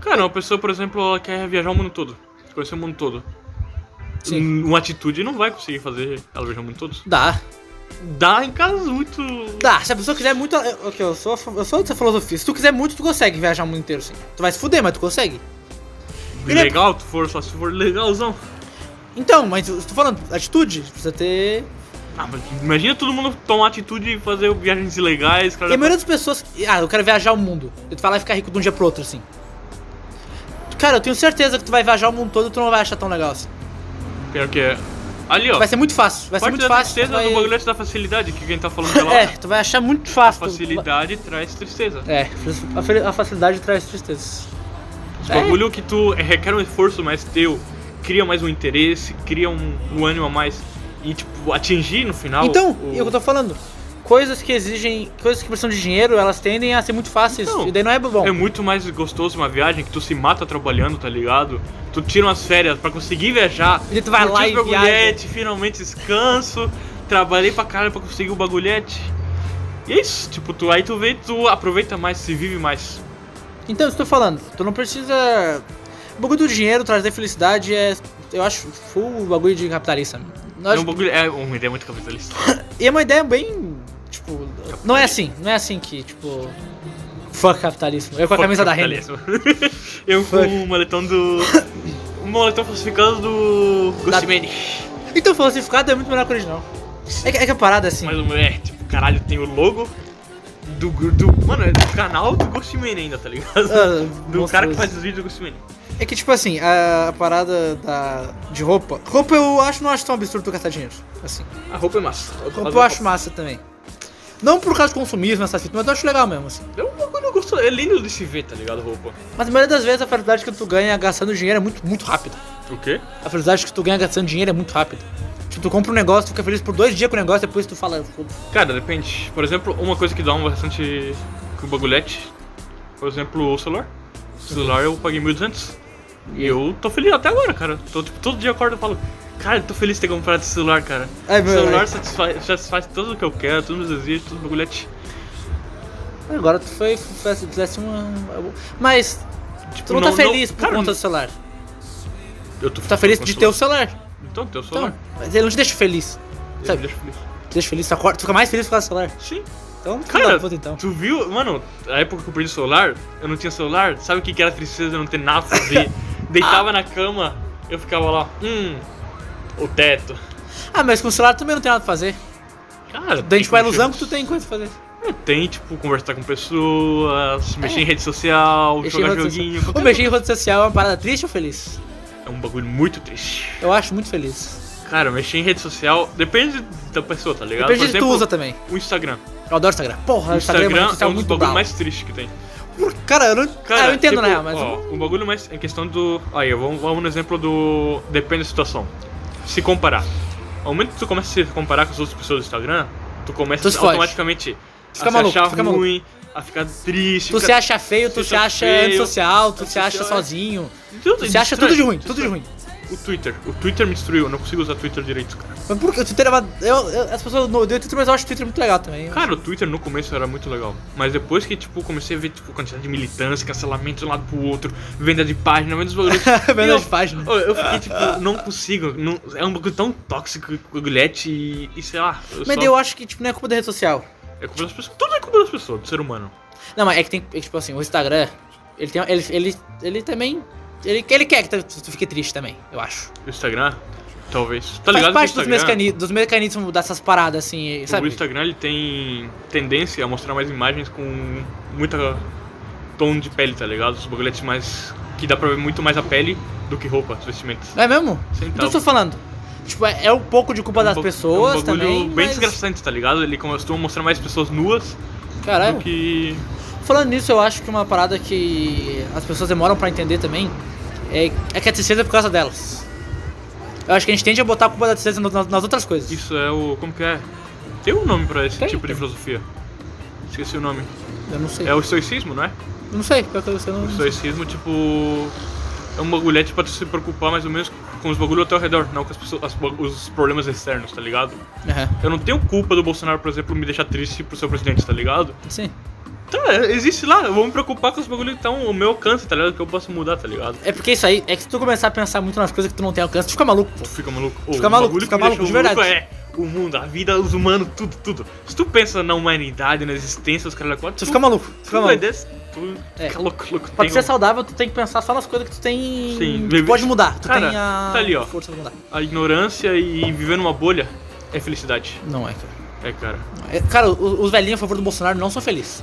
Cara, uma pessoa, por exemplo, ela quer viajar o mundo todo. Conhecer o mundo todo.
Sim.
Hum, Uma atitude não vai conseguir fazer ela viajar o mundo todo.
Dá.
Dá em casos muito.
Dá. Tá, Se a pessoa quiser muito. eu- Ok, eu sou, a fa- eu sou dessa filosofia. Se tu quiser muito, tu consegue viajar o mundo inteiro, sim. Tu vai se fuder, mas tu consegue. Ele é-
Legal, tu for só se for legalzão.
Então, mas eu tô falando, atitude, precisa ter.
Ah, mas imagina todo mundo tomar atitude e fazer viagens ilegais, cara.
E a maioria das pessoas. Ah, eu quero viajar o mundo. E tu vai lá e ficar rico de um dia pro outro, assim. Cara, eu tenho certeza que tu vai viajar o mundo todo e tu não vai achar tão legal assim.
Pior que é. Ali, ó.
Vai ser muito fácil, vai ser
parte
muito
da
fácil.
tristeza
tu vai...
do bagulho da facilidade que quem tá falando pela
É,
hora.
tu vai achar muito
A
fácil. tu-
facilidade traz tristeza.
É, a fel- a facilidade traz tristezas.
Os
É.
bagulho que tu é, requer um esforço mais teu, cria mais um interesse, cria um, um ânimo a mais. E, tipo, atingir no final.
Então,
o-
é o que eu tô falando. Coisas que exigem. Coisas que precisam de dinheiro, elas tendem a ser muito fáceis.
Então,
e daí não é bom.
É muito mais gostoso uma viagem que tu se mata trabalhando, tá ligado? Tu tira umas férias pra conseguir viajar.
E tu vai
curtir
lá
os
e
bagulhete, finalmente descanso. Trabalhei pra caralho pra conseguir o bagulhete. E é isso, tipo, tu aí tu vê, tu aproveita mais, se vive mais.
Então, estou falando, tu não precisa. O bagulho do dinheiro trazer felicidade é. Eu acho full bagulho de capitalista. Eu
É
acho-
um bagulho, é uma ideia muito capitalista.
E é uma ideia bem. Tipo. Não é assim, não é assim que, tipo. Fuck capitalismo. Eu com a
Fuck
camisa da Renner.
capitalismo. Eu com
Fuck.
o moletom do. O moletom falsificado do.
Da-
Gostimene.
Então, falsificado é muito melhor que o original. É que, é que a parada é assim.
Mas o é, tipo, caralho, tem o logo do. do mano, é do canal do Gostimene ainda, tá ligado?
Ah,
do cara que
monstruoso.
faz os vídeos do Gostimene.
É que, tipo assim, a, a parada da, de roupa. Roupa eu acho, não acho tão absurdo tu gastar dinheiro. Assim.
A roupa é massa.
Roupa eu acho massa também. Não por causa de consumismo, essas fitas, mas eu acho legal mesmo, assim.
É um bagulho gostoso. É lindo de se ver, tá ligado? Roupa.
Mas a maioria das vezes a felicidade que tu ganha gastando dinheiro é muito, muito rápida.
O quê?
A felicidade que tu ganha gastando dinheiro é muito rápida. Tipo, tu compra um negócio, tu fica feliz por dois dias com o negócio, depois tu fala, foda-se.
Cara, depende. Por exemplo, uma coisa que dá um bastante. com o bagulhete. Por exemplo, o celular. O celular eu paguei 1.200. E eu tô feliz até agora, cara. Tô, tipo, todo dia eu acordo e falo. Cara, eu tô feliz de ter comprado esse celular, cara.
Ai,
o
meu,
celular
ai.
satisfaz, satisfaz tudo o que eu quero, todos os meus desejos, todos os bagulhetes.
Agora tu foi, fizesse fizesse uma. Mas,
Tipo,
tu não, tá feliz por
cara,
conta do celular. Tu
Eu tô
tá feliz
com
de
o
ter o
celular.
celular.
Então, teu celular.
Então, mas ele não te deixa feliz.
Ele
sabe?
me deixa feliz.
Te deixa feliz, tu, acorda, tu fica mais feliz por causa do celular.
Sim.
Então, filho
Cara,
da puta, então.
tu viu, mano, a época que eu perdi o celular, eu não tinha celular, sabe o que que era tristeza não ter nada pra fazer? Deitava na cama, eu ficava lá, hum, o teto.
Ah, mas com o celular também não tem nada pra fazer.
Cara,
Daí, tipo, a
que
ilusão que
mexer-
tu tem coisa pra fazer.
Tem, tipo, conversar com pessoas, mexer em rede social,
É. Mexer em
jogar
rede
joguinho.
social. Ou
qualquer
mexer em rede social é uma parada triste ou feliz?
coisa. É um bagulho muito triste.
Eu acho muito feliz.
Cara, mexer em rede social depende da pessoa, tá ligado?
Depende
Por
de tu
exemplo,
usa também.
O Instagram.
Eu adoro Instagram. Porra,
O
o Instagram,
Instagram
é
é um dos
muito
bagulhos
bravo.
mais tristes que tem.
Por- Cara, eu não. ah, eu entendo,
tipo,
na real, mas.
ó,
eu-
o bagulho mais. É questão do. Aí, vamos, vamos no um exemplo do. Depende da situação. Se comparar. Ao momento que tu começa a se comparar com as outras pessoas do Instagram, tu começa
Tu se fode.
automaticamente
Fica
a
maluco,
se achar
fica maluco.
ruim, a ficar triste.
Tu se
ficar-
acha feio, tu
Se
se
acha
acha
feio,
antissocial, tu se
antissocial,
acha
é.
sozinho.
Tudo,
Tu se acha
destrói-
tudo de ruim, tudo de ruim.
O Twitter. O Twitter me destruiu, eu não consigo usar Twitter direito, cara.
Mas por que o Twitter é uma... eu- eu- As pessoas não odeiam o Twitter, mas eu acho o Twitter muito legal também. Eu-
Cara, o Twitter no começo era muito legal. Mas depois que, tipo, comecei a ver, tipo, quantidade de militância, cancelamento de um lado pro outro, venda de página, venda dos bagulhos.
Venda
eu-
de página.
Ô, Eu fiquei, tipo, não consigo. não- é um bagulho tão tóxico com o Gillette e, e sei lá. Eu
Mas
só-
eu acho que tipo, não é culpa da rede social.
É culpa das pessoas. Tudo é culpa das pessoas, do ser humano.
Não, mas é que tem. é que, tipo assim, o Instagram, ele tem. Ele, ele, ele também. Ele, ele quer que tu, tu fique triste também, eu acho.
O Instagram, talvez. Tá
Faz
ligado?
parte
que o
dos,
Instagram,
mecani- dos mecanismos dessas paradas, assim,
o
sabe?
Instagram ele tem tendência a mostrar mais imagens com muita tom de pele, tá ligado? Os bagulhetes mais. que dá pra ver muito mais a pele do que roupa, os vestimentos.
Não é mesmo?
Sem
Então,
tal.
eu tô falando. Tipo, é, é um pouco de culpa
tá. É um
das
ba-
pessoas
é um bagulho
também.
bem
mas-
desgraçante, tá ligado? Ele começou a mostrar mais pessoas nuas
Caralho.
do que.
Falando nisso, eu acho que uma parada que as pessoas demoram pra entender também é, é que a tristeza é por causa delas. Eu acho que a gente tende a botar a culpa da tristeza no- nas, nas outras coisas.
Isso é o. como que é? Tem um nome pra esse
Tem,
tipo de
tem.
filosofia. Esqueci o nome.
Eu não sei.
É o estoicismo, não é?
Eu não sei, pior que eu sei, eu
O
não.
estoicismo, tipo. É um bagulhete pra tu se preocupar mais ou menos com os bagulhos ao teu redor, não com as pessoas, as ba- os problemas externos, tá ligado?
Aham.
Eu não tenho culpa do Bolsonaro, por exemplo, me deixar triste pro seu presidente, tá ligado?
Sim.
Tá, existe lá, eu vou me preocupar com os bagulhos que estão ao meu alcance, tá ligado? Que eu posso mudar, tá ligado?
É porque isso aí, é que se tu começar a pensar muito nas coisas que tu não tem alcance, tu fica maluco, pô.
Tu fica maluco. Ô,
fica
o
maluco,
bagulho
fica
que me
maluco, de
deixou louco
verdade.
É o mundo, a vida, os humanos, tudo, tudo. Se tu pensa na humanidade, na existência, os caras lá quatro,
Tu fica maluco, tu fica
Tu vai
maluco.
desse, tu
É.
fica louco, louco.
Pra
Tem
tu ser
um-
saudável, tu tem que pensar só nas coisas que tu tem.
Sim,
tu
vive-
pode mudar. Tu
Cara,
tem a
tá ali, ó.
força pra mudar.
A ignorância e viver numa bolha é felicidade.
Não é, cara.
É, cara.
É, Cara, o- os velhinhos a favor do Bolsonaro não são felizes.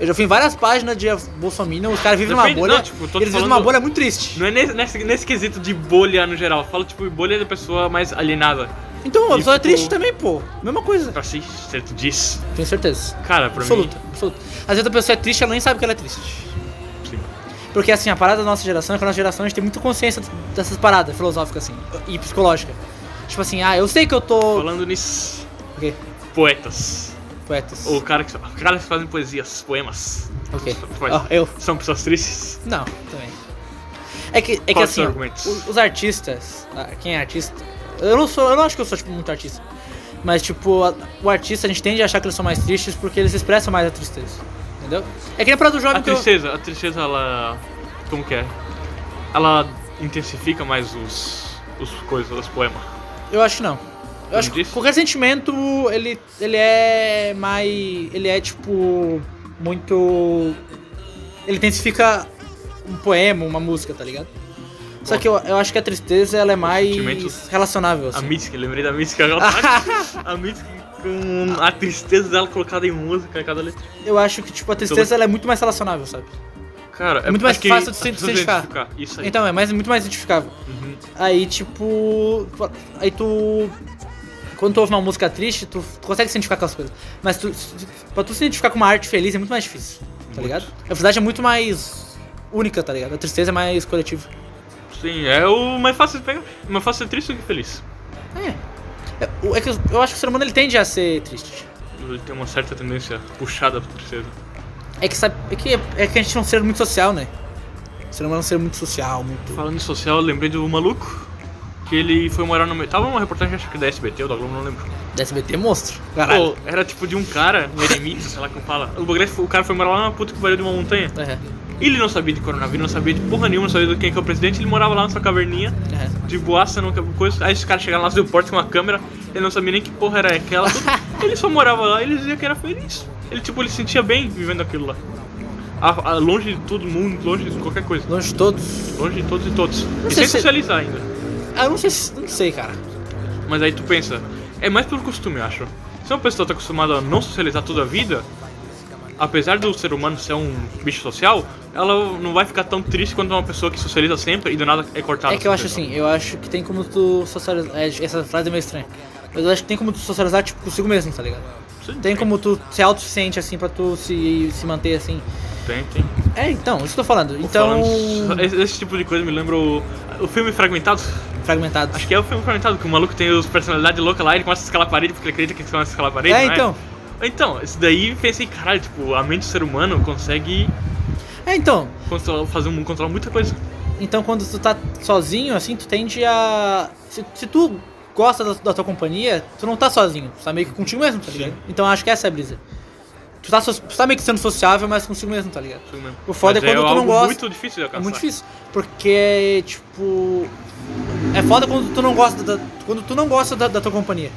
Eu já fui em várias páginas de Bolsonaro, os caras vivem numa
Depende-
bolha.
não, tipo, eu tô te
eles vivem
falando-
numa bolha muito triste.
Não é nesse, nesse, nesse quesito de bolha no geral. Fala, tipo, bolha da pessoa mais alienada.
Então, a pessoa é
tipo-
triste também, pô. Mesma coisa.
Pra si, se tu diz.
Tenho certeza.
Cara, pra
Absoluta,
mim.
absoluta. Às vezes a pessoa é triste, ela nem sabe que ela é triste.
Sim.
Porque assim, a parada da nossa geração é que a nossa geração a gente tem muita consciência dessas paradas filosóficas, assim, e psicológica. Tipo assim, ah, eu sei que eu tô.
Falando nisso,
Ok,
poetas.
poetas.
Ou cara que, os caras que fazem poesias, poemas.
Ok.
Poetas.
Ah, eu.
São pessoas tristes.
Não, também. É que, é que
Qual
assim,
seu
ó,
argumento?
os, os artistas, ah, quem é artista, eu não sou, eu não acho que eu sou tipo muito artista. Mas tipo, a- o artista a gente tende a achar que eles são mais tristes porque eles expressam mais a tristeza. Entendeu? É que nem a parada do jovem
A
que eu-
tristeza, a tristeza, ela. Como que é? Ela intensifica mais os. os coisas, os poemas.
Eu acho que não. Eu acho
Como
que
disse?
qualquer sentimento, ele, ele é mais. Ele é tipo. Muito. Ele intensifica um poema, uma música, tá ligado? Só que eu, eu acho que a tristeza ela é mais
sentimentos-
relacionável.
A
Assim.
Mitski, lembrei da Mitski agora. a Mitski com a tristeza dela colocada em música, cada letra.
Eu acho que tipo, a tristeza ela é muito mais relacionável, sabe?
Cara,
É muito mais
acho que
fácil de se
as pessoas
identificar.
identificar. Isso aí.
Então, é mais, muito mais identificável.
Uhum.
Aí, tipo. Aí tu. Quando tu ouve uma música triste, tu, tu consegue se identificar com as coisas. Mas tu, pra tu se identificar com uma arte feliz é muito mais difícil, tá ligado? A felicidade é muito mais única, tá ligado? A tristeza é mais coletiva.
Sim, é o mais fácil de pegar. É Mais fácil ser triste do que feliz.
É. É, o- é que eu, eu acho que o ser humano ele tende a ser triste.
Ele tem uma certa tendência puxada pra tristeza.
É que, sabe, é que, é que a gente é um ser muito social, né? O ser humano é um ser muito social, muito.
Falando em social, eu lembrei do maluco que ele foi morar no. Tava uma reportagem, acho que da SBT ou da Globo, não lembro.
Da SBT monstro. Caralho.
Pô, era tipo de um cara, um eremita, sei lá como fala. O, bagulho- é o cara foi morar lá na puta que pariu de uma montanha.
É,
Ele não sabia de coronavírus, não sabia de porra nenhuma, não sabia de quem que é o presidente. Ele morava lá na sua caverninha,
é.
de boaça, não quebra coisa. Aí os caras chegaram lá, abriu porta com uma câmera. Ele não sabia nem que porra era aquela. tudo. ele só morava lá e ele dizia que era feliz. Ele, tipo, ele se sentia bem vivendo aquilo lá. A- a- longe de todo mundo, longe de qualquer coisa.
Longe de todos.
Longe de todos e todos. E
sei
sem
se-
socializar ainda.
Ah, eu não sei, se- não sei, cara.
Mas aí tu pensa, é mais pelo costume, eu acho. Se uma pessoa tá acostumada a não socializar toda a vida, apesar do ser humano ser um bicho social, ela não vai ficar tão triste quanto uma pessoa que socializa sempre e do nada é cortada.
É que eu acho
entendeu?
assim, eu acho que tem como tu socializar. é, Essa frase é meio estranha. Mas eu acho que tem como tu socializar tipo, consigo mesmo, tá ligado?
Sim,
Tem como tu ser autossuficiente, assim, pra tu se, se manter assim.
Tem, tem.
É, então, isso que eu tô falando. Então.
Falando- esse, esse tipo de coisa me lembra o, o filme Fragmentado.
Fragmentado.
Acho que é o filme Fragmentado, que o maluco tem os personalidades loucas lá, ele começa a escalar a parede porque ele acredita que ele começa a escalar a parede.
É,
não
então.
Então, isso daí pensei, caralho, tipo, a mente do ser humano consegue
É, então.
controlar- fazer um mundo controlar muita coisa.
Então quando tu tá sozinho, assim, tu tende a. Se, se tu gosta da, da tua companhia, tu não tá sozinho. Tu tá meio que contigo mesmo, tá
Sim.
ligado? Então acho que essa é a brisa. Tu tá, so- tu tá meio que sendo sociável, mas consigo mesmo, tá ligado?
assim mesmo.
O foda é
Mas
quando tu não
algo
gosta.
muito difícil de
É
alcançar.
muito difícil. Porque, tipo. É foda quando tu não gosta da. Quando tu não gosta da, da tua companhia.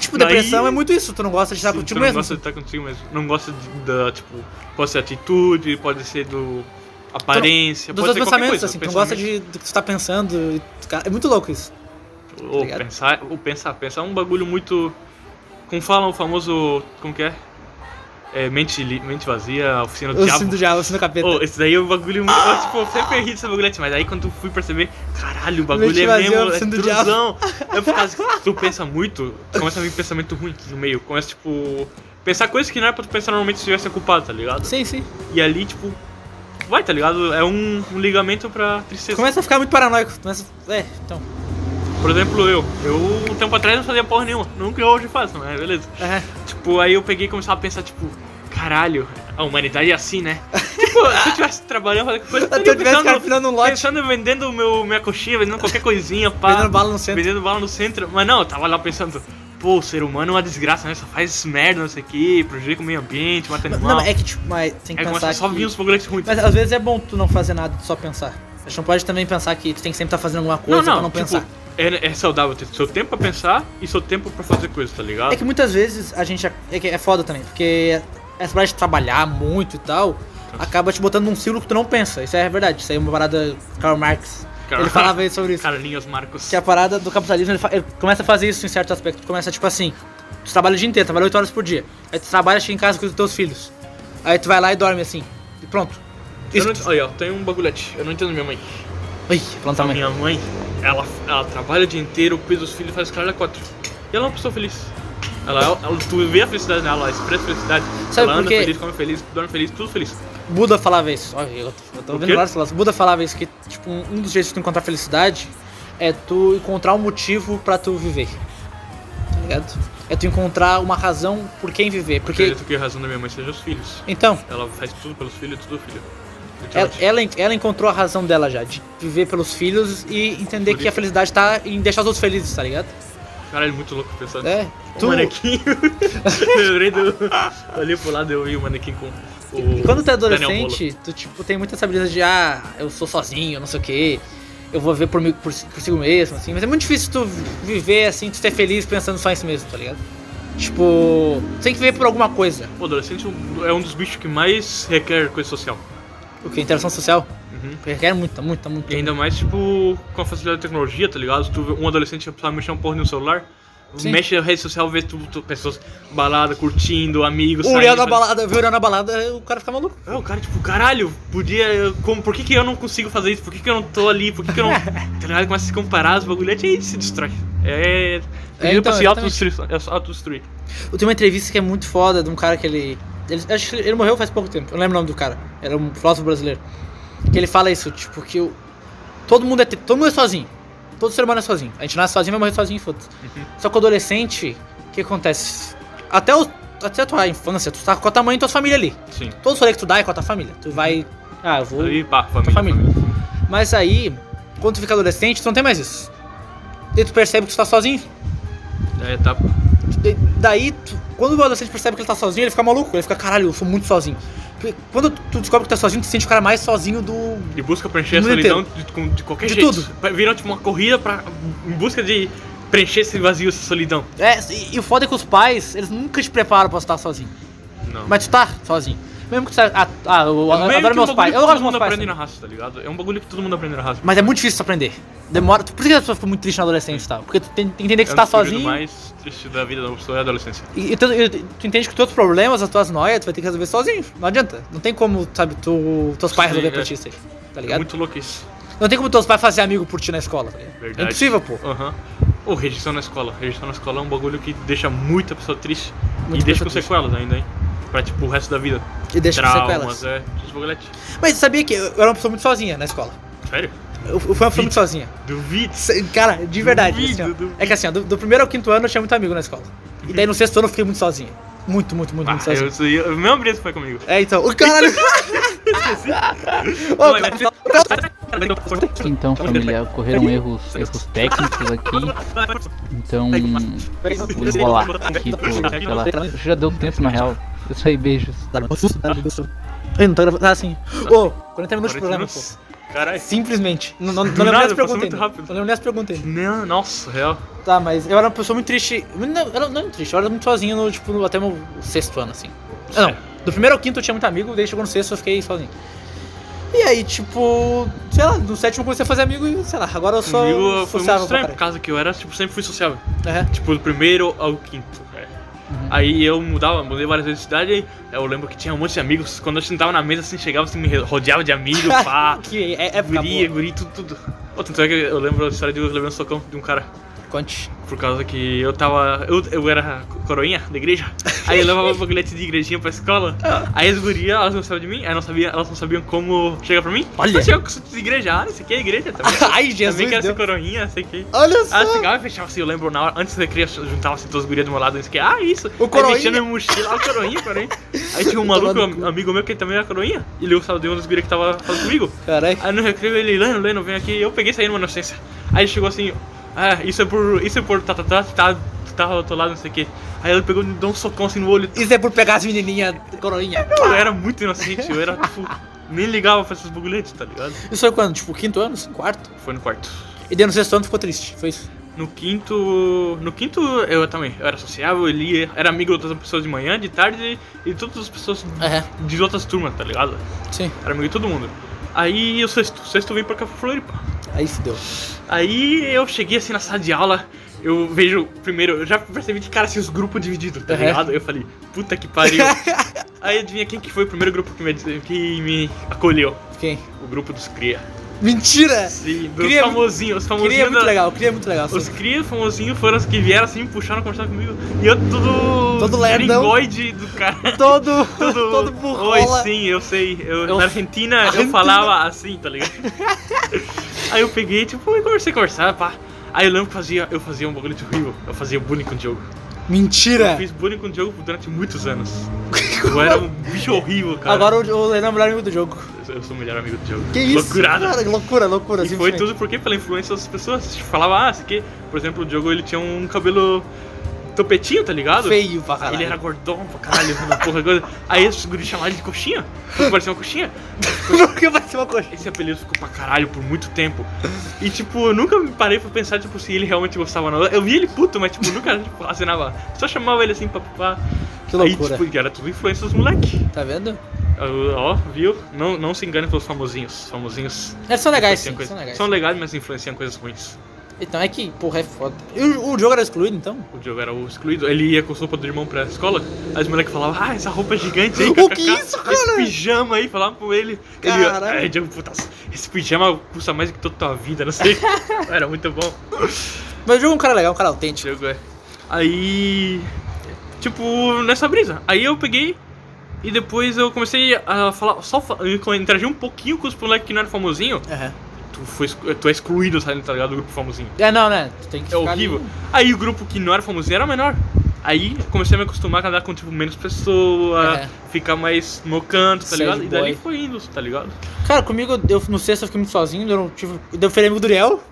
tipo,
Daí-
depressão é muito isso, tu não gosta de estar
Sim, tu
contigo
não
mesmo.
gosta de estar contigo mesmo. Não gosta de, da, tipo, pode ser atitude, pode ser do aparência,
dos
pode
teus
ser
pensamentos,
qualquer coisa.
assim, tu não gosta de, do que tu tá pensando. e tu- cara, É muito louco isso.
Pensamento. Ou
ligado?
pensar, ou pensar, pensar é um bagulho muito como falam o famoso, como que é? É, mente, li- mente vazia, oficina do
Eu
É diabo.
sinto assim já, eu sinto capeta.
Oh, esse daí é um bagulho muito. Eu, tipo, eu sempre ri dessa bagulhete, mas aí quando eu fui perceber, caralho, o bagulho
Leite
é
vazio,
mesmo, é
oficina do diabo.
truzão. É por causa que tu pensa muito, começa a vir pensamento ruim no meio. Começa, tipo, pensar coisas que não era pra tu pensar normalmente se tivesse ocupado, tá ligado?
Sim, sim.
E ali, tipo, vai, tá ligado? É um, um ligamento pra tristeza.
Começa a ficar muito paranoico. Começa... É, então.
Por exemplo, eu. Eu, um tempo atrás, não fazia porra nenhuma. Nunca eu hoje faço, mas beleza.
É.
Tipo, aí eu peguei e começava a pensar, tipo, caralho, a humanidade é assim, né? tipo, se eu tivesse trabalhando, fazendo qualquer coisa, eu
Se eu
estaria
tivesse
pensando-
carpinando um lote.
Pensando em vendendo meu, minha coxinha, vendendo qualquer coisinha, pá.
Vendendo bala no centro.
Vendendo bala no centro. Mas não, eu tava lá pensando, pô, o ser humano é uma desgraça, né? Só faz merda, não sei o que, prejudica o meio ambiente, mata
Não,
animal.
é que tipo, mas tem que
Aí começa
pensar.
a só
que-
vir os bagulhos ruins.
Mas às vezes é bom tu não fazer nada, tu só pensar. A gente não pode também pensar que tu tem que sempre estar fazendo alguma coisa
não, não,
pra não
tipo,
pensar.
é, é saudável ter seu tempo pra pensar e seu tempo pra fazer coisa, tá ligado?
É que muitas vezes a gente. É, é, que é foda também, porque essa parada de trabalhar muito e tal acaba te botando num círculo que tu não pensa. Isso é verdade. Isso aí é uma parada do Karl Marx.
Karl-
Ele falava aí sobre isso.
Carlinhos Marcos.
Que a parada do capitalismo, ele, fa- ele começa a fazer isso em certo aspecto. Tu começa, tipo assim, tu trabalha o dia inteiro, trabalha 8 horas por dia. Aí tu trabalha, chega em casa, cuida dos teus filhos. Aí tu vai lá e dorme assim. E pronto.
Eu
Isso.
não, olha, ó, tem um bagulhete. Eu não entendo minha mãe.
Ui, planta
A
mãe.
minha mãe, ela, ela trabalha o dia inteiro, cuida dos filhos, faz cara quatro. E ela é uma pessoa feliz. Ela, é, ela- tu vê a felicidade nela, ela expressa a felicidade.
Sabe
ela
por
anda
quê?
feliz, come feliz, dorme feliz, tudo feliz.
Buda falava isso. Olha, eu tô, eu tô
O
vendo
quê?
várias falas. Buda falava isso que, tipo, um um dos jeitos de tu encontrar felicidade é tu encontrar um motivo pra tu viver. Tá ligado? É tu encontrar uma razão por quem viver.
Porque...
Porque.
Acredito que a razão da minha mãe seja os filhos.
Então,
Ela faz tudo pelos filhos, tudo filho.
ela,
Literalmente.
ela, en- ela encontrou a razão dela já, de viver pelos filhos e entender que a felicidade tá em deixar os outros felizes, tá ligado?
Caralho, muito louco pensar nisso.
É.
O
Tu,
manequim. Eu lembrei do. Olhei pro lado e eu vi o manequim com. O
E quando tu é
Daniel Polo.
adolescente, tu tipo, tem muita essa brisa de ah, eu sou sozinho, não sei o que, eu vou ver por, mim, por, si- por si mesmo, assim, mas é muito difícil tu viver assim, tu ser feliz pensando só em si mesmo, tá ligado? Tipo, tu tem que viver por alguma coisa.
O adolescente é um dos bichos que mais requer coisa social.
O que? Interação social?
Uhum.
Requer muita, muita, muita.
E ainda mais, tipo, com a facilidade da tecnologia, tá ligado? Se tu vê um adolescente sabe mexer um porra no celular,
Sim.
mexe na rede social, vê tu, tu- pessoas balada, curtindo, amigos,
O Uriel na
faz-
balada, viu o Uriel na balada, o cara fica maluco.
É, o cara, tipo, caralho, podia. eu- Como, por que, que eu não consigo fazer isso? Por que, que eu não tô ali? Por que, que eu não. tá ligado? Começa a se comparar, os bagulhetes e aí se destrói. É. É,
então,
pra se
exatamente.
autodestruir. é só autodestruir.
Eu tenho uma entrevista que é muito foda de um cara que ele. ele acho que ele morreu faz pouco tempo, eu não lembro o nome do cara. Era um filósofo brasileiro. Que ele fala isso, tipo, que o, todo, mundo é, tri- todo mundo é sozinho. Todo ser humano é sozinho. A gente nasce sozinho vai morrer sozinho, foda-se. Só que o adolescente, o que acontece? Até, o, até a tua infância, tu tá com a tua mãe e tua família ali.
Sim.
Todo rolê que tu dá é com a tua família. Tu vai. Ah, eu vou.
Aí, pá, família.
Tua família. Mas aí, quando tu fica adolescente, tu não tem mais isso. E tu percebe que tu tá sozinho.
família. É, tá.
Da- Daí, tu- quando o adolescente percebe que ele tá sozinho, ele fica maluco. Ele fica, caralho, eu sou muito sozinho. Porque Quando tu- tu descobre que tu é sozinho, tu se sente o cara mais sozinho do.
E busca preencher a
Mundo
solidão então, de, com- de qualquer
De
jeito.
tudo.
Vai- Viram, tipo, uma corrida pra, em busca de preencher esse vazio, essa solidão.
É, e, e o foda é que os pais, eles nunca te preparam pra estar sozinho.
Não.
Mas tu tá sozinho. Mesmo que tu sa- ah, ah, eu
Meio que
adoro
um
meus
bagulho
pais.
que
Eu
todo
gosto dos meus
mundo
pais.
aprende na
também.
raça, tá ligado? É um bagulho que todo mundo aprende na raça.
Mas é muito difícil tu aprender. Demora. Por isso que as pessoas ficam muito tristes na adolescência e tal. Porque tu tem tem que entender que tu
é um
tá
dos períodos
sozinho. Tá
mais triste da vida da pessoa é a adolescência.
E, e tu, e tu- tu entende que os teus problemas, as tuas noias, tu vai ter que resolver sozinho. Não adianta. Não tem como, sabe, tu, teus pais
Sim,
resolver pra
é.
ti isso aí. Tá
É
ligado?
muito louco isso.
Não tem como teus pais fazer amigo por ti na escola. Tá ligado?
Verdade.
É impossível, pô.
Aham. Ou rejeição na escola. Rejeição na escola é um bagulho que deixa muita pessoa triste.
Muita
e deixa com
pessoa triste.
sequelas ainda, hein? Pra tipo o resto da vida.
E deixa com
Traumas,
sequelas.
é. Esses bagulhetes.
Mas sabia que eu era uma pessoa muito sozinha na escola.
Sério?
Eu, eu fui uma pessoa muito sozinha.
Duvido.
Se- Cara, de verdade.
Duvido,
assim, ó.
duvido.
É que assim, ó, do, do primeiro ao quinto ano eu tinha muito amigo na escola. E daí no sexto ano eu fiquei muito sozinho. Muito, muito, muito, muito
Ah, eu,
sozinho.
isso aí- o mesmo Brito foi comigo.
É, então. O caralho. Ô,
Olha,
cara, tá- cara,
Então, família, ocorreram erros, erros técnicos aqui. Então, vou rolar aqui por, sei lá. Acho que já deu tempo na real. É Isso aí, beijos.
Ei, não tá gravando. Ah, sim. Ô, 40 minutos de programa,
40
pô.
minutos. Caralho.
Simplesmente. Não, não, não
Do
lembro nem
nada,
as
passou
perguntas
muito
ainda.
rápido.
Não lembro nem as perguntas ainda.
Não, nossa, real.
Tá, mas eu era uma pessoa muito triste. Não, eu era não triste, eu era muito sozinho no, tipo, no- até meu sexto ano, assim. Ah, não. Do primeiro ao quinto eu tinha muito amigo, daí chegou no sexto eu fiquei sozinho. E aí, tipo, sei lá, no sétimo eu comecei a fazer amigo e, sei lá, agora eu sou
Comigo foi muito
sociável pra
estranho, por
caralho.
causa que eu era, tipo, sempre fui sociável.
Aham.
Tipo, do primeiro ao quinto. é.
Uhum.
Aí eu mudava, mudei várias vezes de cidade. aí Eu lembro que tinha um monte de amigos. Quando eu sentava na mesa, assim, chegava, assim, me rodeava de amigo, pá.
Que é, é época
guri,
boa.
guri, tudo, tudo. Ô, tanto é que eu lembro a história de eu levei um socão de um cara.
Conte.
Por causa que eu tava. Eu, eu era coroinha da igreja. Aí eu levava bagulhete de igrejinha pra escola.
Ah.
Aí as gurias, elas não sabiam de mim. Aí não sabia, elas não sabiam como chegar pra mim.
Olha.
Você chega com isso de igreja. Ah, isso aqui é igreja também.
Ai, Jesus.
também quero ser
Deus.
coroinha, sei que.
Olha só.
Ah, você ligava e fechava assim, eu lembro na hora, antes da criança, juntava assim duas gurias do meu lado, e disse que, ah, isso,
O coroinha.
aí mexendo na mochila, ah, o coroinha, coroinha. Aí tinha um maluco,
Tomando cu.
am- amigo meu, que também era coroinha, e ele gostava de um dos gurias que tava falando comigo.
Caralho.
Aí Ah, no recreio ele, Leno, Leno, vem aqui, eu peguei e saí numa inocência. Aí ele chegou assim, ah, isso é por, isso é por tatatá, tá, tá, tá ao teu lado, não sei o que. Aí ele pegou e me deu um socão assim no olho,
Isso é por pegar as menininhas coroinha.
eu era muito inocente, eu era, tipo, nem ligava pra esses bagulhetes, tá ligado?
Isso foi quando? Tipo, quinto ano? Quarto?
Foi no quarto.
E daí no sexto ano ficou triste. Foi isso.
No quinto. No quinto eu também. Eu era sociável, ele ia- era amigo de outras pessoas de manhã, de tarde e todas as pessoas
Aham.
de outras turmas, tá ligado?
Sim.
Era amigo de todo mundo. Aí o sexto, sexto eu vim pra cá pra Floripa.
Aí fudeu.
Aí eu cheguei assim na sala de aula, eu vejo primeiro, eu já percebi de cara assim os grupos divididos, tá
Aham.
ligado? Eu falei, puta que pariu. Aí adivinha quem que foi o primeiro grupo que me, ad- que me acolheu?
Quem?
O grupo dos Cria.
Mentira!
Sim, dos
Cria é muito-
famosinhos, os
Cria é
famosinhos
muito
da,
legal, cria é muito legal.
Os
sim.
crias famosinhos foram os que vieram assim, puxaram, conversaram comigo. E eu tudo.
Todo lerdão.
gringoide do cara.
Todo,
Todo,
todo
Oi,
burrola.
sim, eu sei. Eu,
Eu-
Na Argentina eu
Argentina.
falava assim, tá ligado? Aí eu peguei, tipo, e comecei a conversar, pá. Aí eu lembro que fazia, eu fazia um bagulho de horrível. Eu fazia bullying com o Diogo.
Mentira!
Eu fiz bullying com o Diogo durante muitos anos. Eu era um bicho horrível, cara.
Agora o, o Leandro é o melhor amigo do jogo.
Eu- Eu sou o melhor amigo do Diogo.
Que isso?
Loucurada.
Cara, loucura, loucura.
E foi
simplesmente.
tudo porque pela influência das pessoas. Falava, ah, isso aqui. Por exemplo, o Diogo ele tinha um cabelo topetinho, tá ligado?
feio pra caralho.
Ele era gordão pra caralho, uma porra coisa. Aí esses guris chamavam ele de coxinha. porque Parecia uma coxinha.
Nunca vai ser uma coisa.
Esse apelido ficou pra caralho por muito tempo. E tipo, eu nunca me parei pra pensar, tipo, se ele realmente gostava ou não. Eu via ele puto, mas tipo, nunca tipo, acenava. Só chamava ele assim pra papá.
Que loucura.
Aí, tipo, era tudo influência dos moleque.
Tá vendo?
Eu- Ó, viu? Não, não se engane pelos famosinhos. Famosinhos.
Eles É, são legais, sim.
influenciam coisas-
São legais.
São legais, mas influenciam coisas ruins.
Então é que, porra, é foda. E o, o jogo era excluído, então?
O Diogo era o excluído, ele ia com a roupa do irmão pra escola, aí os moleques falavam, ah, essa roupa é gigante aí,
O
kkk,
que isso, cara?
Esse pijama aí, falavam pra ele.
Caralho.
Ele, é, Diogo, puta, esse pijama custa mais do que toda a tua vida, não sei. era muito bom.
Mas o jogo é um cara legal, um cara autêntico.
Diogo é. Aí. Tipo, nessa brisa. Aí eu peguei e depois eu comecei a falar, só fa- eu interagi um pouquinho com os moleques que não eram famosinho.
Aham.
Tu, foi, exclu- tu é excluído, sabe, tá ligado? Do grupo famosinho.
É, não, né? Tu tem que
É
ficar ali-
horrível. Aí o grupo que não era famosinho era menor. Aí comecei a me acostumar a andar com tipo menos pessoa,
É.
ficar mais no meu canto, tá
Sad
ligado? E dali
boy.
foi indo, tá ligado?
Cara, comigo, eu, no sexto eu fiquei muito sozinho, eu não tive... Eu fui amigo do Uriel,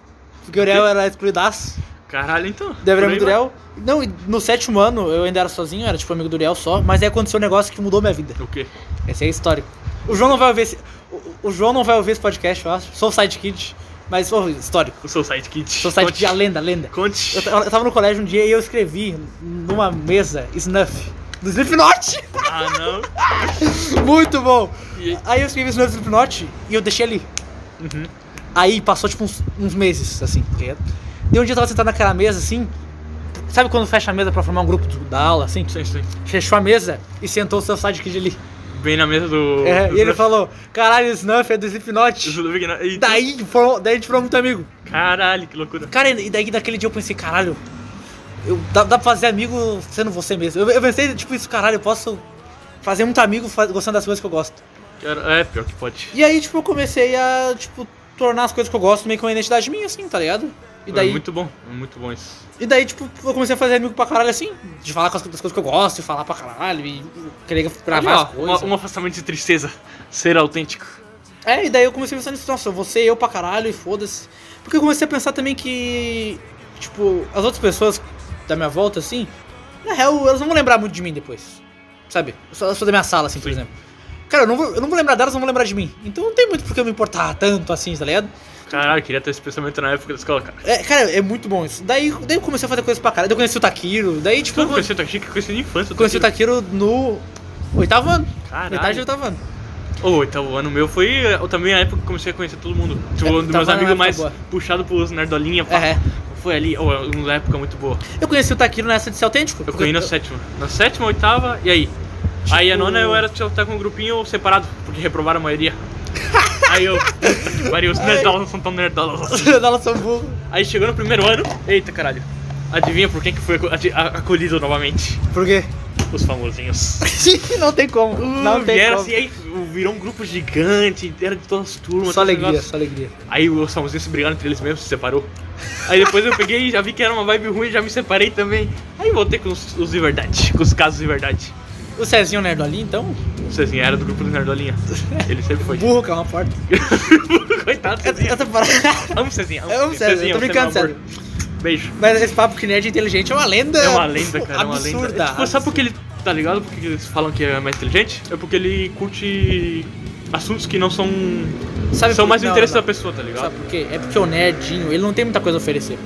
porque o Uriel era excluidaço.
Caralho, então.
Deve
por
era
aí
amigo do
vai.
Uriel. Não, e no sétimo ano eu ainda era sozinho, eu era tipo amigo do Uriel só, mas aí aconteceu um negócio que mudou minha vida.
O quê?
Esse é histórico. O João não vai ouvir esse. O, o João não vai ouvir esse podcast, eu acho. Sou sidekid, mas sou histórico.
O seu sidekick.
Sou sidekid, a
Conte.
lenda, a lenda.
Conte.
Eu, ta- eu tava no colégio um dia e eu escrevi numa mesa Snuff. Do Slipknot!
Ah, não.
Muito bom!
E-
Aí eu escrevi Snuff do Slipknot e eu deixei ali.
Uhum.
Aí passou tipo uns, uns meses, assim, tá ligado? Daí um dia eu tava sentado naquela mesa assim. Sabe quando fecha a mesa pra formar um grupo do- da aula, assim?
Sim, sim.
fechou a mesa e sentou o seu sidekid ali.
Bem na mesa do.
É,
do
e ele
Snuff-
falou, caralho, Snuff é do Slipknot.
do Slipknot. E-
Daí, foram- daí a gente virou muito amigo.
Caralho, que loucura.
Cara, e daí daquele dia eu pensei, caralho, eu, dá, dá pra fazer amigo sendo você mesmo. Eu, eu pensei, tipo, isso, caralho, eu posso fazer muito amigo fa- gostando das coisas que eu gosto.
Cara, É, pior que pode.
E aí, tipo, eu comecei a, tipo, tornar as coisas que eu gosto meio que uma identidade minha, assim, tá ligado? E daí,
É muito bom, é muito bom isso.
e daí, tipo, eu comecei a fazer amigo pra caralho assim, de falar com as, das coisas que eu gosto, de falar pra caralho, e querer gravar
Olha
as
lá,
coisas.
uma- um afastamento de tristeza. Ser autêntico.
É, e daí eu comecei a pensar nisso, nossa, você eu pra caralho, e foda-se. Porque eu comecei a pensar também que, tipo, as outras pessoas da minha volta, assim, na real, elas não vão lembrar muito de mim depois. Sabe? Eu sou, eu sou da minha sala, assim, por
Sim.
exemplo. Cara, eu não, vou, eu não vou lembrar delas, não vão lembrar de mim. Então não tem muito por que eu me importar tanto assim, tá ligado?
Caralho, queria ter esse pensamento na época da escola, cara.
É, cara, é muito bom isso. Daí, daí eu comecei a fazer coisas pra caralho. Daí eu conheci o Takiro. Daí, tipo,
Tu
eu
não conhecia o Takshiki? Conheci na infância.
conheci o Takiro no oitavo ano. Metade do
Caralho.
oitavo ano.
Ô, então o ano meu foi eh, também a época que eu comecei a conhecer todo mundo. Tipo,
É,
um
tava
dos meus
na época
amigos mais
boa.
puxado pros nerdolinha, pá.
É.
Foi ali, ô, é uma época muito boa.
Eu conheci o Takiro nessa de ser autêntico.
Eu conheci na sétima. Na sétima, oitava, e aí?
Tipo
Aí a nona eu era tinha que estar com um grupinho separado, porque reprovaram a maioria. aí eu, puta que pariu, os nerdolas não são tão nerdolas assim.
Dala Samburro.
Aí chegou no primeiro ano, eita caralho. Adivinha por quem que foi aco- ati- a- acolhido novamente?
Por quê?
Os famosinhos.
não tem como. Não tem
vieram
como.
assim, aí virou um grupo gigante, era de todas as
só
turmas. todos os
alegria,
negócios.
só alegria.
Aí os famosinhos se brigaram entre eles mesmos, se separou. Aí depois eu peguei e já vi que era uma vibe ruim, já me separei também. Aí voltei com os, os de verdade, com os casos de verdade.
O Cezinho Nerdo ali, então?
Cezinha era do grupo do Nerdolinha. Ele sempre foi.
Burro, calma, forte.
Coitado, Cezinha.
Essa parada.
Amo Cezinha. amo
Eu amo César, eu tô
você é meu
brincando, César.
amor. Beijo.
Mas esse papo que nerd é inteligente é uma lenda.
É uma lenda, cara. é uma lenda.
Absurda.
É, tipo, sabe por que ele. Tá ligado? Porque eles falam que é mais inteligente? É porque ele curte assuntos que não são.
Sabe
são
por-
mais do
não,
interesse
não.
da pessoa, tá ligado?
Sabe por quê? É porque o nerdinho, ele não tem muita coisa a oferecer.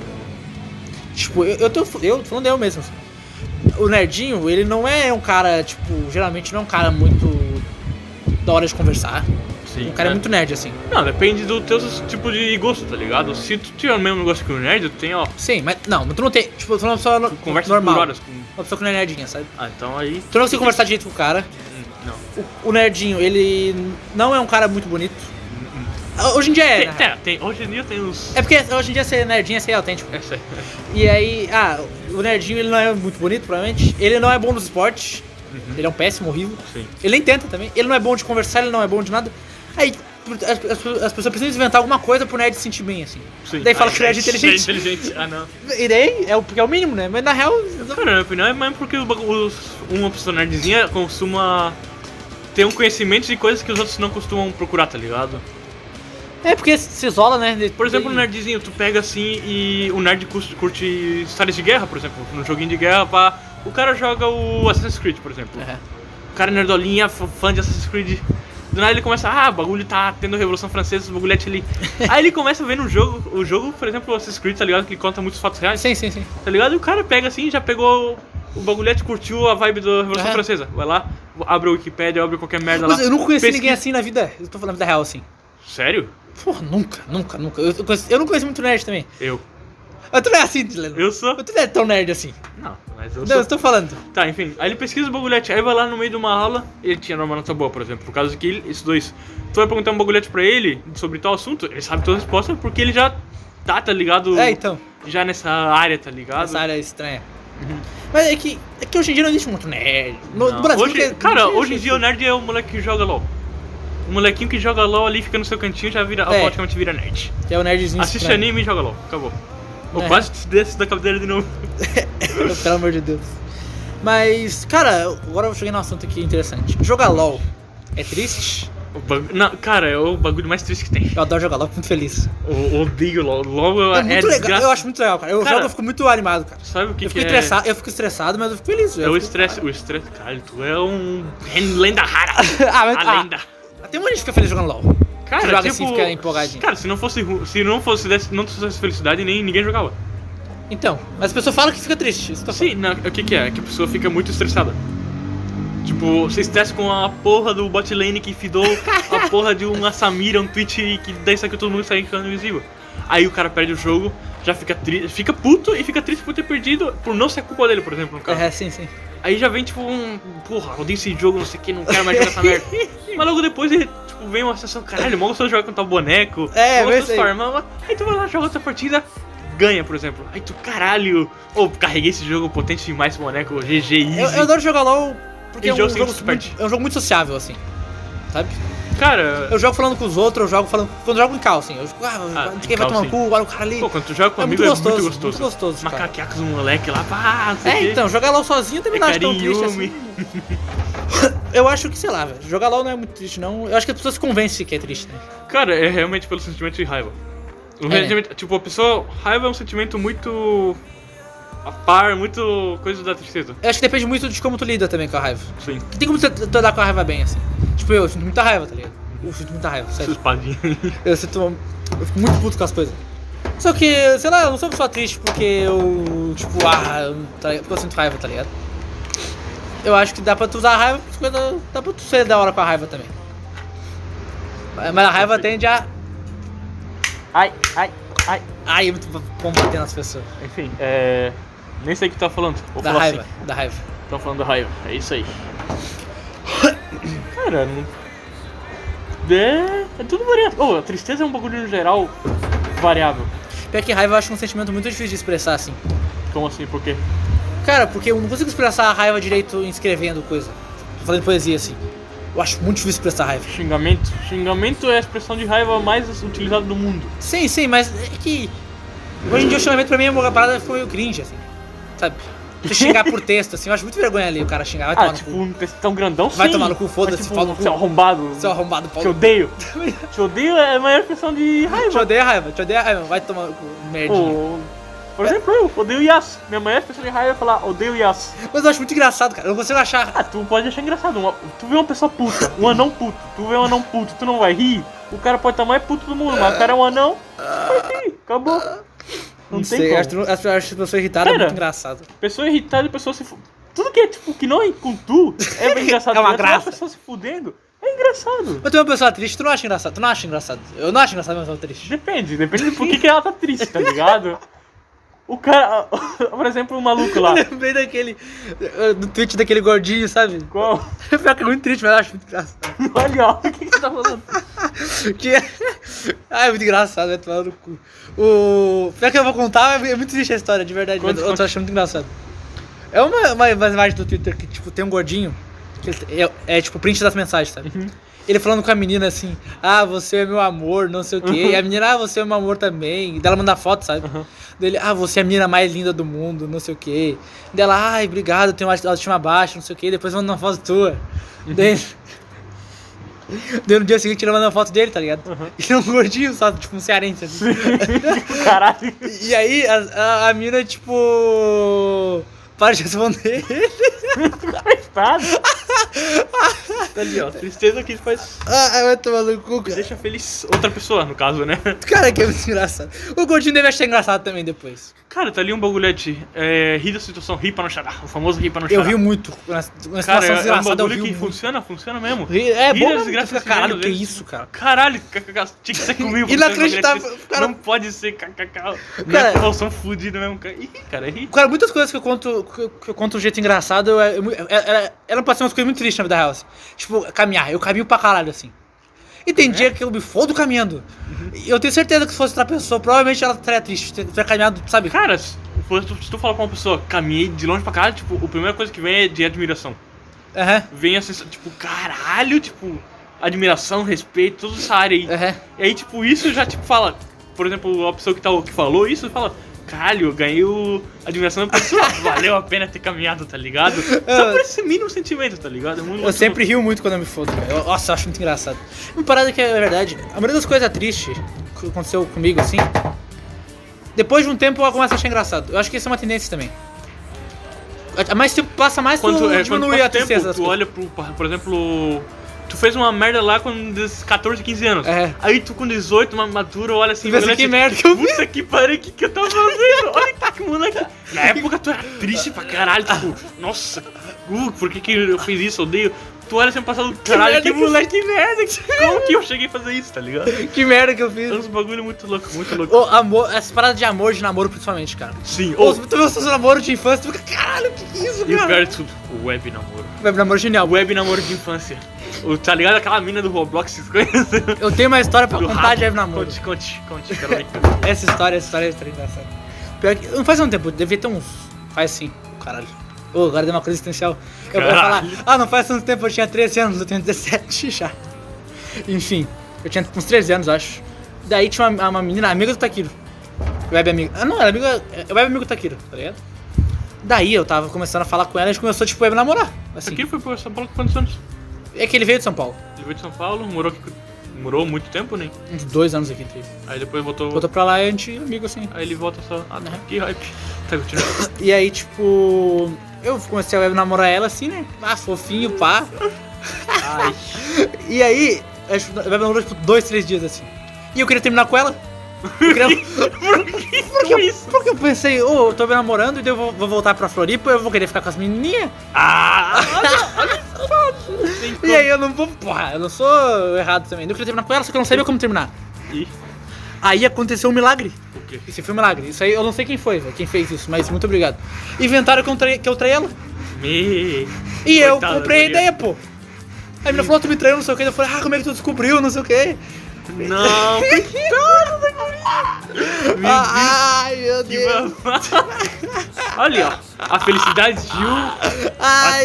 Tipo, eu, eu tô eu tô falando eu mesmo. assim. O nerdinho, ele não é um cara, tipo, geralmente não é um cara muito da hora de conversar.
Sim.
um cara é muito nerd, assim.
Não, depende do teu tipo de gosto, tá ligado? Se tu tiver o mesmo gosto que o nerd, tu tem, ó.
Sim, mas não, mas tu não tem. Tipo, tu não é uma pessoa no-
Conversa
normal.
por horas com.
Uma pessoa que não é nerdinha, sabe?
Ah, então aí.
Tu não consegue conversar direito com o cara.
hum, Não.
O, o nerdinho, ele não é um cara muito bonito. Ah, Hoje em dia é.
Tem,
né?
tem, tem- hoje em dia tem uns.
É porque hoje em dia ser nerdinho é ser autêntico.
É sério.
E aí, ah, o nerdinho ele não é muito bonito, provavelmente. Ele não é bom nos esportes. Ele é um péssimo, horrível.
Uhum. Sim.
Ele nem tenta também. Ele não é bom de conversar, ele não é bom de nada. Aí as, as- as pessoas precisam inventar alguma coisa pro nerd se sentir bem, assim.
Sim.
Daí fala
Ah,
que o nerd é inteligente.
inteligente. Ah, não.
E daí é o, porque é o mínimo, né? Mas na real.
Cara, na minha opinião, é mesmo porque o bagu- os- uma pessoa nerdzinha costuma ter um conhecimento de coisas que os outros não costumam procurar, tá ligado?
É porque se isola, né?
Por exemplo, o
Daí-
nerdzinho, tu pega assim e o nerd curte, curte histórias de guerra, por exemplo, num joguinho de guerra, pá. O cara joga o Assassin's Creed, por exemplo.
É.
O cara é nerdolinha, f- fã de Assassin's Creed. Do nada ele começa, ah, o bagulho tá tendo a Revolução Francesa, o bagulhete ali. Aí ele começa a ver no jogo, o jogo, por exemplo, o Assassin's Creed, tá ligado? Que conta muitos fatos reais.
Sim, sim, sim.
Tá ligado? E o cara pega assim, já pegou o bagulhete, curtiu a vibe da Revolução
É.
Francesa. Vai lá, abre o Wikipedia, abre qualquer merda lá.
Mas eu nunca conheci
Pesquisa-
ninguém assim na vida. Eu tô falando da real, assim.
Sério?
Porra, nunca, nunca, nunca. Eu, eu conheci- eu não conheço muito nerd também.
Eu.
Eu também é assim, Leandro.
Eu sou.
Eu também é tão nerd assim.
Não, mas eu
Não, eu
sou.
tô falando.
Tá, enfim. Aí ele pesquisa o bagulhete, aí vai lá no meio de uma aula, ele tinha uma nota boa, por exemplo, por causa que ele estudou isso. Tu vai perguntar um bagulhete pra ele sobre tal assunto, ele sabe tua resposta porque ele já tá, tá ligado?
É, então.
Já nessa área, tá ligado?
Essa área é estranha. Mas é que, é que hoje em dia não existe muito nerd. No,
Uhum. Não.
no Brasil,
Hoje-
que é-
cara,
não
hoje em
existe
dia o
isso.
nerd é o moleque que joga LOL. O molequinho que joga LOL ali fica no seu cantinho já vira,
É.
automaticamente vira nerd.
Que é o nerdzinho
Assiste
estranho.
anime e joga LOL. Acabou. Ou
É.
quase te desce da cadeira de novo.
Pelo amor de Deus. Mas, cara, agora eu cheguei num assunto aqui interessante. Jogar LOL é triste?
O bagu- Não, cara, é o bagulho mais triste que tem.
Eu adoro jogar LOL, fico muito feliz.
Eu odeio LOL. LOL é,
é muito legal,
desgraça.
eu acho muito legal, cara. Eu
Cara,
jogo, eu fico muito animado, cara.
Sabe o que,
eu,
que
fico
é?
estressado, eu fico estressado, mas eu fico feliz.
É o
fico-
estresse. O estresse, cara, tu é um lenda rara.
ah, mas,
A lenda.
ah, tem um monte que fica feliz jogando LOL.
Cara,
joga
tipo,
assim, fica empolgadinho.
Cara, se não fosse ru- se não fosse desse- não fosse felicidade, nem ninguém jogava.
Então, mas a pessoa fala que fica triste. Isso que eu tô
Sim, não, o que que é? É que a pessoa fica muito estressada. Tipo, você estressa com a porra do bot lane que fidou, a porra de uma Samira, um tweet que daí saiu que todo mundo sai ficando invisível. Aí o cara perde o jogo, já fica triste, fica puto e fica triste por ter perdido, por não ser culpa dele, por exemplo, no
falando.
caso.
É, sim, sim.
Aí já vem tipo um, porra, odeio esse jogo, não sei o que, não quero mais jogar essa merda. Mas logo depois ele, tipo, vem uma sensação, caralho, mal gostoso de jogar com tal boneco,
É, mas
mal gostoso de
aí-
farmar, mas- aí tu vai lá, joga outra partida, ganha, por exemplo. Aí tu, caralho, ô, carreguei esse jogo potente demais, esse boneco, GG, easy.
Eu, eu adoro jogar LOL porque
E
é um,
jogo
jogo
sem expert.
muito, é um jogo muito sociável, assim. Sabe?
Cara,
Eu jogo falando com os outros, eu jogo falando. Quando eu jogo em calcin, eu fico, ah,
Ah,
quem vai
em
tomar no
call,
cu, olha o cara ali.
pô, quando tu joga com
É
amigo
muito
é muito
gostoso,
gostoso.
muito gostoso, cara.
Macaqueacos, um moleque lá, pá, não sei o
É,
quê.
então, jogar LOL sozinho também
É
não acho tão triste
carinho.
assim. Eu acho que, sei lá, velho, jogar LOL não é muito triste, não. Eu acho que as pessoas se convencem que é triste, né?
Cara, é realmente pelo sentimento de raiva. O
É.
sentimento- Tipo, a pessoa. Raiva é um sentimento muito. a par, muito. coisa da tristeza.
Eu acho que depende muito de como tu lida também com a raiva.
Sim,
Não Tem como você t- lidar com a raiva bem, assim. Tipo, eu sinto muita raiva, tá ligado? Eu sinto muita raiva,
essa
sério.
espadinha.
Eu sinto. Eu fico muito puto com as coisas. Só que, sei lá, eu não sou uma pessoa triste porque eu. Tipo, ah, eu, tá ligado? porque eu sinto raiva, tá ligado? Eu acho que dá pra tu usar a raiva, porque coisa- dá pra tu ser da hora com a raiva também. Mas mas a raiva tende a.
Ai, ai, ai.
Ai, eu tô combatendo nas pessoas.
Enfim, é. Nem sei o que tá falando. Vou
Da
falar
raiva,
assim.
da raiva.
Estão falando da raiva. É isso aí. Cara, não. É. É tudo variável. Oh, a tristeza é um bagulho no geral variável.
Pior que raiva eu acho um sentimento muito difícil de expressar assim.
Como assim? Por quê?
Cara, porque eu não consigo expressar a raiva direito escrevendo coisa. Fazendo poesia assim. Eu acho muito difícil expressar raiva.
Xingamento. Xingamento é a expressão de raiva mais utilizada do mundo.
Sim, sim, mas é que. Hoje em dia o xingamento pra mim é uma parada que ficou meio cringe, assim. Sabe? Você xingar por texto, assim, eu acho muito vergonha ali o cara xingar. Vai
Ah,
tomar
tipo,
no cu.
um texto tão grandão,
Vai
sim.
tomar no cu, foda-se,
Mas,
pau no cu.
Seu arrombado.
Seu é arrombado
Te
Paulo.
odeio. Te odeio é a maior expressão de
Te
raiva.
odeia raiva, te odeia raiva, vai tomar no cu, merdinha.
Pô, por exemplo, eu odeio o Yas. Minha maior expressão de raiva é falar odeio o Yas.
Mas eu acho muito engraçado, cara. Eu não consigo achar.
Ah, tu pode achar engraçado. uma- tu vê uma pessoa puta, um anão puto, tu vê um anão puto, tu não vai rir. O cara pode estar mais puto do mundo, mas o cara é um anão. Vai rir, acabou. Não, tem
sei, eu
como.
acho, eu acho, eu acho a pessoa irritada
Cara.
muito engraçado.
Pessoa irritada e pessoa se. fu- Tudo que é tipo que não é com tu é bem engraçado.
É uma
Tu vê
graça.
pessoa se fudendo é engraçado.
Mas tu é uma pessoa triste, tu não acha engraçado, tu não acha engraçado. Eu não acho engraçado uma pessoa triste.
Depende, depende do porquê que ela tá triste, tá ligado? O cara. Por exemplo, o maluco lá.
Eu lembrei daquele. eh, Do tweet daquele gordinho, sabe?
Qual?
Pior que é muito triste, mas eu acho muito engraçado.
Olha, ó, o que, que você tá falando?
Que... Ah, é muito engraçado, vai tomar no cu. O... Pior que eu vou contar, é muito triste a história, de verdade.
Conta,
mas eu tô
conta.
achando muito engraçado. É uma, uma, uma imagem do Twitter que, tipo, tem um gordinho. que ele- é, é, tipo, print das mensagens, sabe?
Uhum.
Ele falando com a menina assim, ah, você é meu amor, não sei o quê.
Uhum.
E a menina, ah, você é meu amor também. E dela manda foto, sabe? Dele, ah, você é a menina mais linda do mundo, não sei o quê. Dela, ai, obrigado, eu tenho uma autoestima baixa, não sei o quê. Depois manda uma foto tua.
Uhum.
Dele. Daí no dia seguinte ele manda uma foto dele, tá ligado?
Uhum.
Ele é um gordinho só, tipo um cearense. Assim.
Caralho.
E aí a, a, a mina, tipo. Para de responder ele.
Coitado. Tá ali, ó. Tristeza que faz.
Ah, vai tomar no cu, cara.
Deixa feliz outra pessoa, no caso, né?
Cara, que é muito engraçado. O gordinho deve achar engraçado também depois.
Cara, tá ali um bagulhete. É, ri da situação, ri pra não chorar. O famoso ri pra não
Eu
chorar.
rio muito. Na, na
Cara,
situação
é, é um
desgraçada, eu
bagulho
rio
que
muito.
funciona, funciona mesmo.
Ri- É
Ri
bom
das
mesmo, tu
desgraças
fica,
que
caralho,
vivemos,
que
né?
isso, cara.
Caralho, kkk, tinha que ser comigo. pra você
Inacreditável,
emagrecer.
cara.
Não pode ser kkk.
Cara.
Minha emoção fudida mesmo. cara. Ih, cara, é ri.
Cara, muitas coisas que eu conto, que eu- que eu conto de um jeito engraçado, eu- eu- eu- ela- ela pode ser umas coisas muito tristes na vida real. assim. Tipo, caminhar. Eu caminho pra caralho, assim. E
É?
tem dia que eu me fodo caminhando.
Uhum.
E Eu tenho certeza que se fosse outra pessoa, provavelmente ela estaria triste, ter- ter caminhado, sabe?
Cara, se tu, se tu falar pra uma pessoa, caminhei de longe pra caralho, tipo, a primeira coisa que vem é de admiração.
Aham,
Vem a sensação, tipo, caralho, tipo, admiração, respeito, toda essa área aí.
aham.
E aí, tipo, isso já, tipo, fala, por exemplo, a pessoa que, tá, que falou isso, fala, caralho, eu ganhei o a admiração da pessoa, valeu a pena ter caminhado, tá ligado? Só por esse mínimo sentimento, tá ligado? É muito
Eu
gostoso.
sempre rio muito quando eu me fodo. cara. Eu- nossa, eu acho muito engraçado. Uma parada que é verdade, a maioria das coisas tristes que aconteceu comigo, assim, depois de um tempo eu começo a achar engraçado. Eu acho que isso é uma tendência também. A- Mais tempo passa, mais
Quando,
tu
é, quando
diminui
passa
a tristeza
tempo,
das
tu
coisas.
olha pro, por exemplo, tu fez uma merda lá com 14, 15 anos.
É.
Aí tu com 18, uma madura, olha assim,
Tu pensa,
olha
"Que
assim,
merda que eu fiz?"
Puta que pariu, o que, que eu tava fazendo? Olha que- que moleque. Na época tu era triste pra caralho, tipo, nossa, uh, por que, que eu fiz isso? Odeio. Tu olha assim passado, caralho,
merda
que
que eu
moleque merda, que- como que eu cheguei a fazer isso, tá ligado?
Que merda que eu fiz.
É uns bagulho muito louco, muito louco.
Ô, amor, essa parada de amor, de namoro principalmente, cara.
Sim,
Ô,
ou.
tu vê os seus namoros de infância, tu fica, caralho, que que é isso,
E o
cara?
pior de tudo, o web namoro.
Meu namoro genial.
Web namoro de infância. O, tá ligado aquela mina do Roblox, vocês conhecem?
Eu tenho uma história pra
Do
contar
rabo.
de web namoro.
Conte, conte, conte, quero ver.
Essa história, essa história, essa história é engraçada. Pior que, não faz um tempo, devia ter uns... Faz sim, caralho. Ô, agora deu uma coisa existencial. Eu vou falar,
Caralho.
ah, não faz tanto tempo, eu tinha 13 anos, eu tenho 17 já. Enfim, eu tinha uns 13 anos, acho. Daí tinha uma, uma menina, amiga do Takiro. Web amiga. Ah, não, era amiga. é, Web amigo do Takiro, tá ligado? Daí eu tava começando a falar com ela, a gente começou, tipo, a me namorar. Assim,
Aqui foi pro São Paulo por quantos anos?
É que ele veio de São Paulo,
Ele veio de São Paulo, morou aqui. Morou muito tempo, né?
uns dois anos aqui, entre
Aí depois voltou.
Voltou pra lá e a gente, amigo, assim.
Aí ele volta só. Ah, não,
Uhum.
que hype. Tá continuando.
E aí, tipo, eu comecei a namorar ela assim, né? Ah, fofinho, pá.
Ai.
E aí, a gente vai namorar tipo dois, três dias assim. E eu queria terminar com ela. Eu queria-
Como isso?
Porque eu pensei, ô, eu tô me namorando e daí eu vou, vou voltar pra Floripa, eu vou querer ficar com as menininhas.
Ah! Tem
E aí eu não vou. Porra, eu não sou errado também. Eu queria terminar com ela, só que eu não sabia como terminar.
E
Aí aconteceu um milagre.
o quê?
Esse foi um milagre. Isso aí eu não sei quem foi, velho, quem fez isso, mas muito obrigado. Inventaram que eu traí, que eu traí ela.
Me.
E eu
Coitada,
comprei a
guria.
ideia, pô. Aí a menina falou, tu me traiu, não sei o que. Eu falei, ah, como é que tu descobriu, não sei o que.
Não!
é Ai, meu
Que
Deus.
babado! Olha, ó. A felicidade de um.
Ai,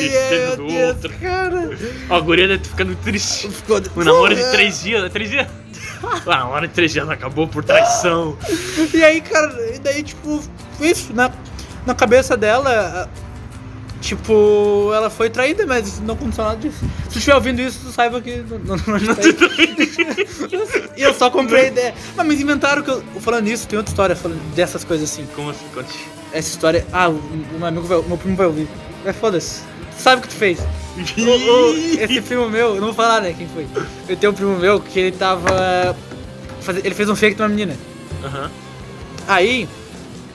meu
tristeza do
Deus,
outro.
cara. É.
Ó, a guria deve tá ficando triste.
Ficou de-
Um namoro de três dias, né? Três dias? Ah, Um namoro de três dias acabou por traição.
E aí, cara, e daí, tipo, isso, na, na cabeça dela, a- tipo, ela foi traída, mas não aconteceu nada disso. Se tu estiver ouvindo isso, tu saiba que não, não, não, não te E eu só comprei a ideia. Ah, mas inventaram que eu. Falando nisso, tem outra história falando dessas coisas assim.
Como assim? Conte.
Essa história. Ah, o, o meu amigo vai. Meu primo vai ouvir. É foda-se. Tu Sabe o que tu fez? Ô, ô, esse primo meu, eu não vou falar, né? Quem foi? Eu tenho um primo meu que ele tava. faze- Ele fez um fake de uma menina.
Aham.
Aí,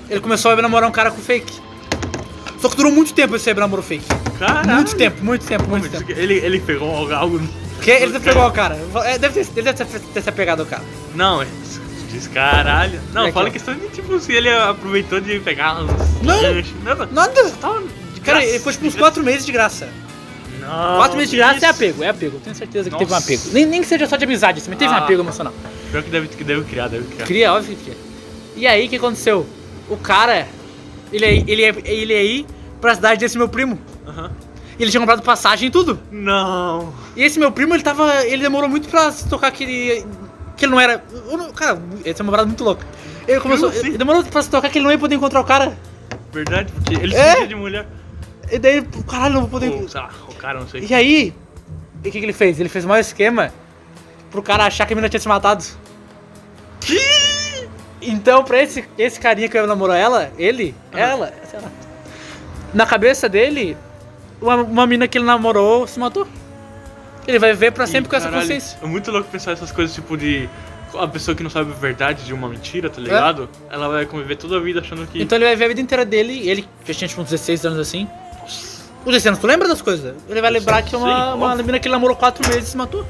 ele começou a namorar um cara com fake. Só que durou muito tempo esse namoro fake.
Caralho.
Muito tempo, muito tempo, muito
Mas é
tempo.
Ele, ele pegou algo- algo.
Porque ele pegou o cara. É, deve ter, ele deve ter, ter se apegado ao cara.
Não, é- diz caralho. Não,
Aqui,
fala
ó.
questão de tipo se ele aproveitou de pegar uns.
Não.
ganchos. Tá Nada.
Nada.
Tava de
Cara,
graça.
ele foi tipo uns 4 meses de graça.
Não.
4 meses de graça
Ah, isso.
é apego, é apego. Tenho certeza que teve um
Nossa.
apego. Nem, nem que seja só de amizade, assim, mas teve um
Ah.
apego emocional.
Pior que deve, que deve criar, deve criar.
Cria, óbvio que cria. E aí, o que aconteceu? O cara, ele, é- ele, é- ele é ir pra cidade desse meu primo.
Aham.
E ele tinha comprado passagem e tudo.
Não.
E esse meu primo, ele tava. Ele demorou muito pra se tocar que ele. que ele não era. eu não- cara, essa é uma parada muito louca. Ele começou.
Como assim?
Ele demorou pra se tocar que ele não ia poder encontrar o cara.
Verdade, porque ele
É?
se fingia de mulher.
E daí, ele, pô, caralho, não vou poder.
Ou, sei lá, o cara, não sei.
E aí, e o que, que ele fez? Ele fez o maior esquema pro cara achar que a menina tinha se matado. Então, pra esse, esse carinha que eu namorou ela, ele,
Ah.
ela, sei lá. Na cabeça dele, uma, uma menina que ele namorou se matou. Ele vai viver pra sempre
E,
com essa
caralho,
consciência.
É muito louco pensar essas coisas, tipo, de. A pessoa que não sabe a verdade de uma mentira, tá ligado? Ela vai conviver toda a vida achando que.
É? Então ele vai ver a vida inteira dele, ele já tinha tipo uns 16 anos assim. Os 16 anos, tu lembra das coisas? Ele vai lembrar que é uma,
Sim,
uma
óbvio.
menina que ele namorou 4 meses se matou.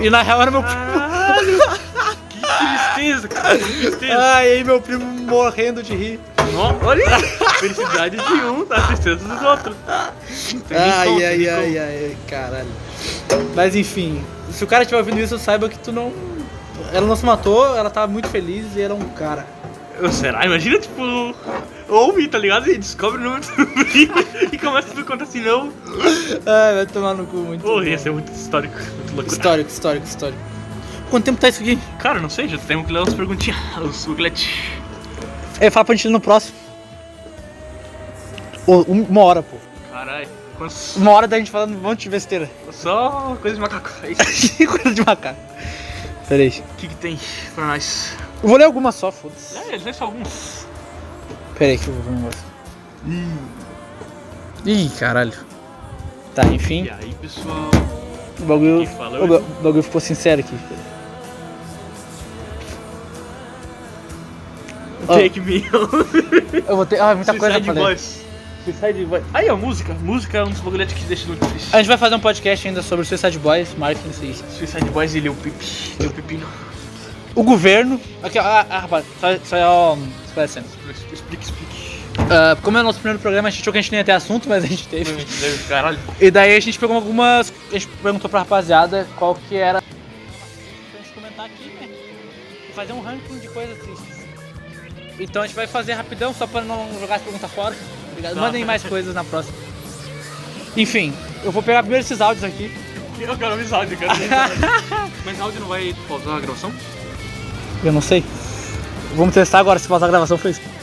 E na real era meu
Ah,
primo.
Caralho! que tristeza, cara! Que tristeza!
Ai, aí meu primo morrendo de rir.
Nossa, olha Felicidade de um, a tristeza dos outros. Tem nem
Ai,
como, tem
ai,
nem
ai,
como.
ai, caralho. Mas enfim, se o cara estiver ouvindo isso, saiba que tu não. Ela não se matou, ela tava muito feliz e era um cara.
Eu- Será? Imagina, tipo, ouve, tá ligado? E descobre o número do primo e começa tudo contar assim, não.
Ai, vai tomar no cu muito.
Pô,
bom.
ia ser muito histórico, muito louco.
Histórico, histórico, histórico. Quanto tempo tá isso aqui?
Cara, não sei, já temos que ler umas perguntinhas. Os Googlete.
É, fala pra gente ir no próximo. Ô, um- Uma hora, pô.
Caralho, quantos-
Uma hora da gente falando um monte de besteira.
só coisa de macaco. É isso.
Coisa de macaco. Peraí.
O que, que tem pra nós?
Eu vou ler alguma só, foda-se.
É, lê só alguns.
Peraí que eu vou ver um negócio. Ih, caralho. Tá, enfim.
E aí, pessoal?
O bagulho,
Quem fala
o ba- o bagulho ficou sincero aqui. Ó.
Take me home.
Eu vou ter. Ah, muita coisa
Suicide
pra ler.
Boys. Suicide Boys. Aí, a música. Música é um dos bagulhetes que deixa muito triste.
A gente vai fazer um podcast ainda sobre o Suicide Boys, marketing isso.
Suicide Boys e Lil Peep. Lil Pepino.
O governo. Aqui, ó, ah, ah, rapaz, só, só um, esclarecendo.
Explique, explique.
Ah, como é o nosso primeiro programa, a gente achou que a gente não ia ter assunto, mas a gente teve.
Caralho.
E daí a gente pegou algumas. A gente perguntou pra rapaziada qual que era. Pra gente comentar aqui, né? E Fazer um ranking de coisas tristes. Então a gente vai fazer rapidão, só pra não jogar as perguntas fora. Obrigado.
Tá.
Mandem mais coisas na próxima. Enfim, eu vou pegar primeiro esses áudios aqui.
Eu quero amizade, eu quero amizade. Mas áudio não vai pausar a gravação?
Eu não sei. Vamos testar agora se passar a gravação foi isso.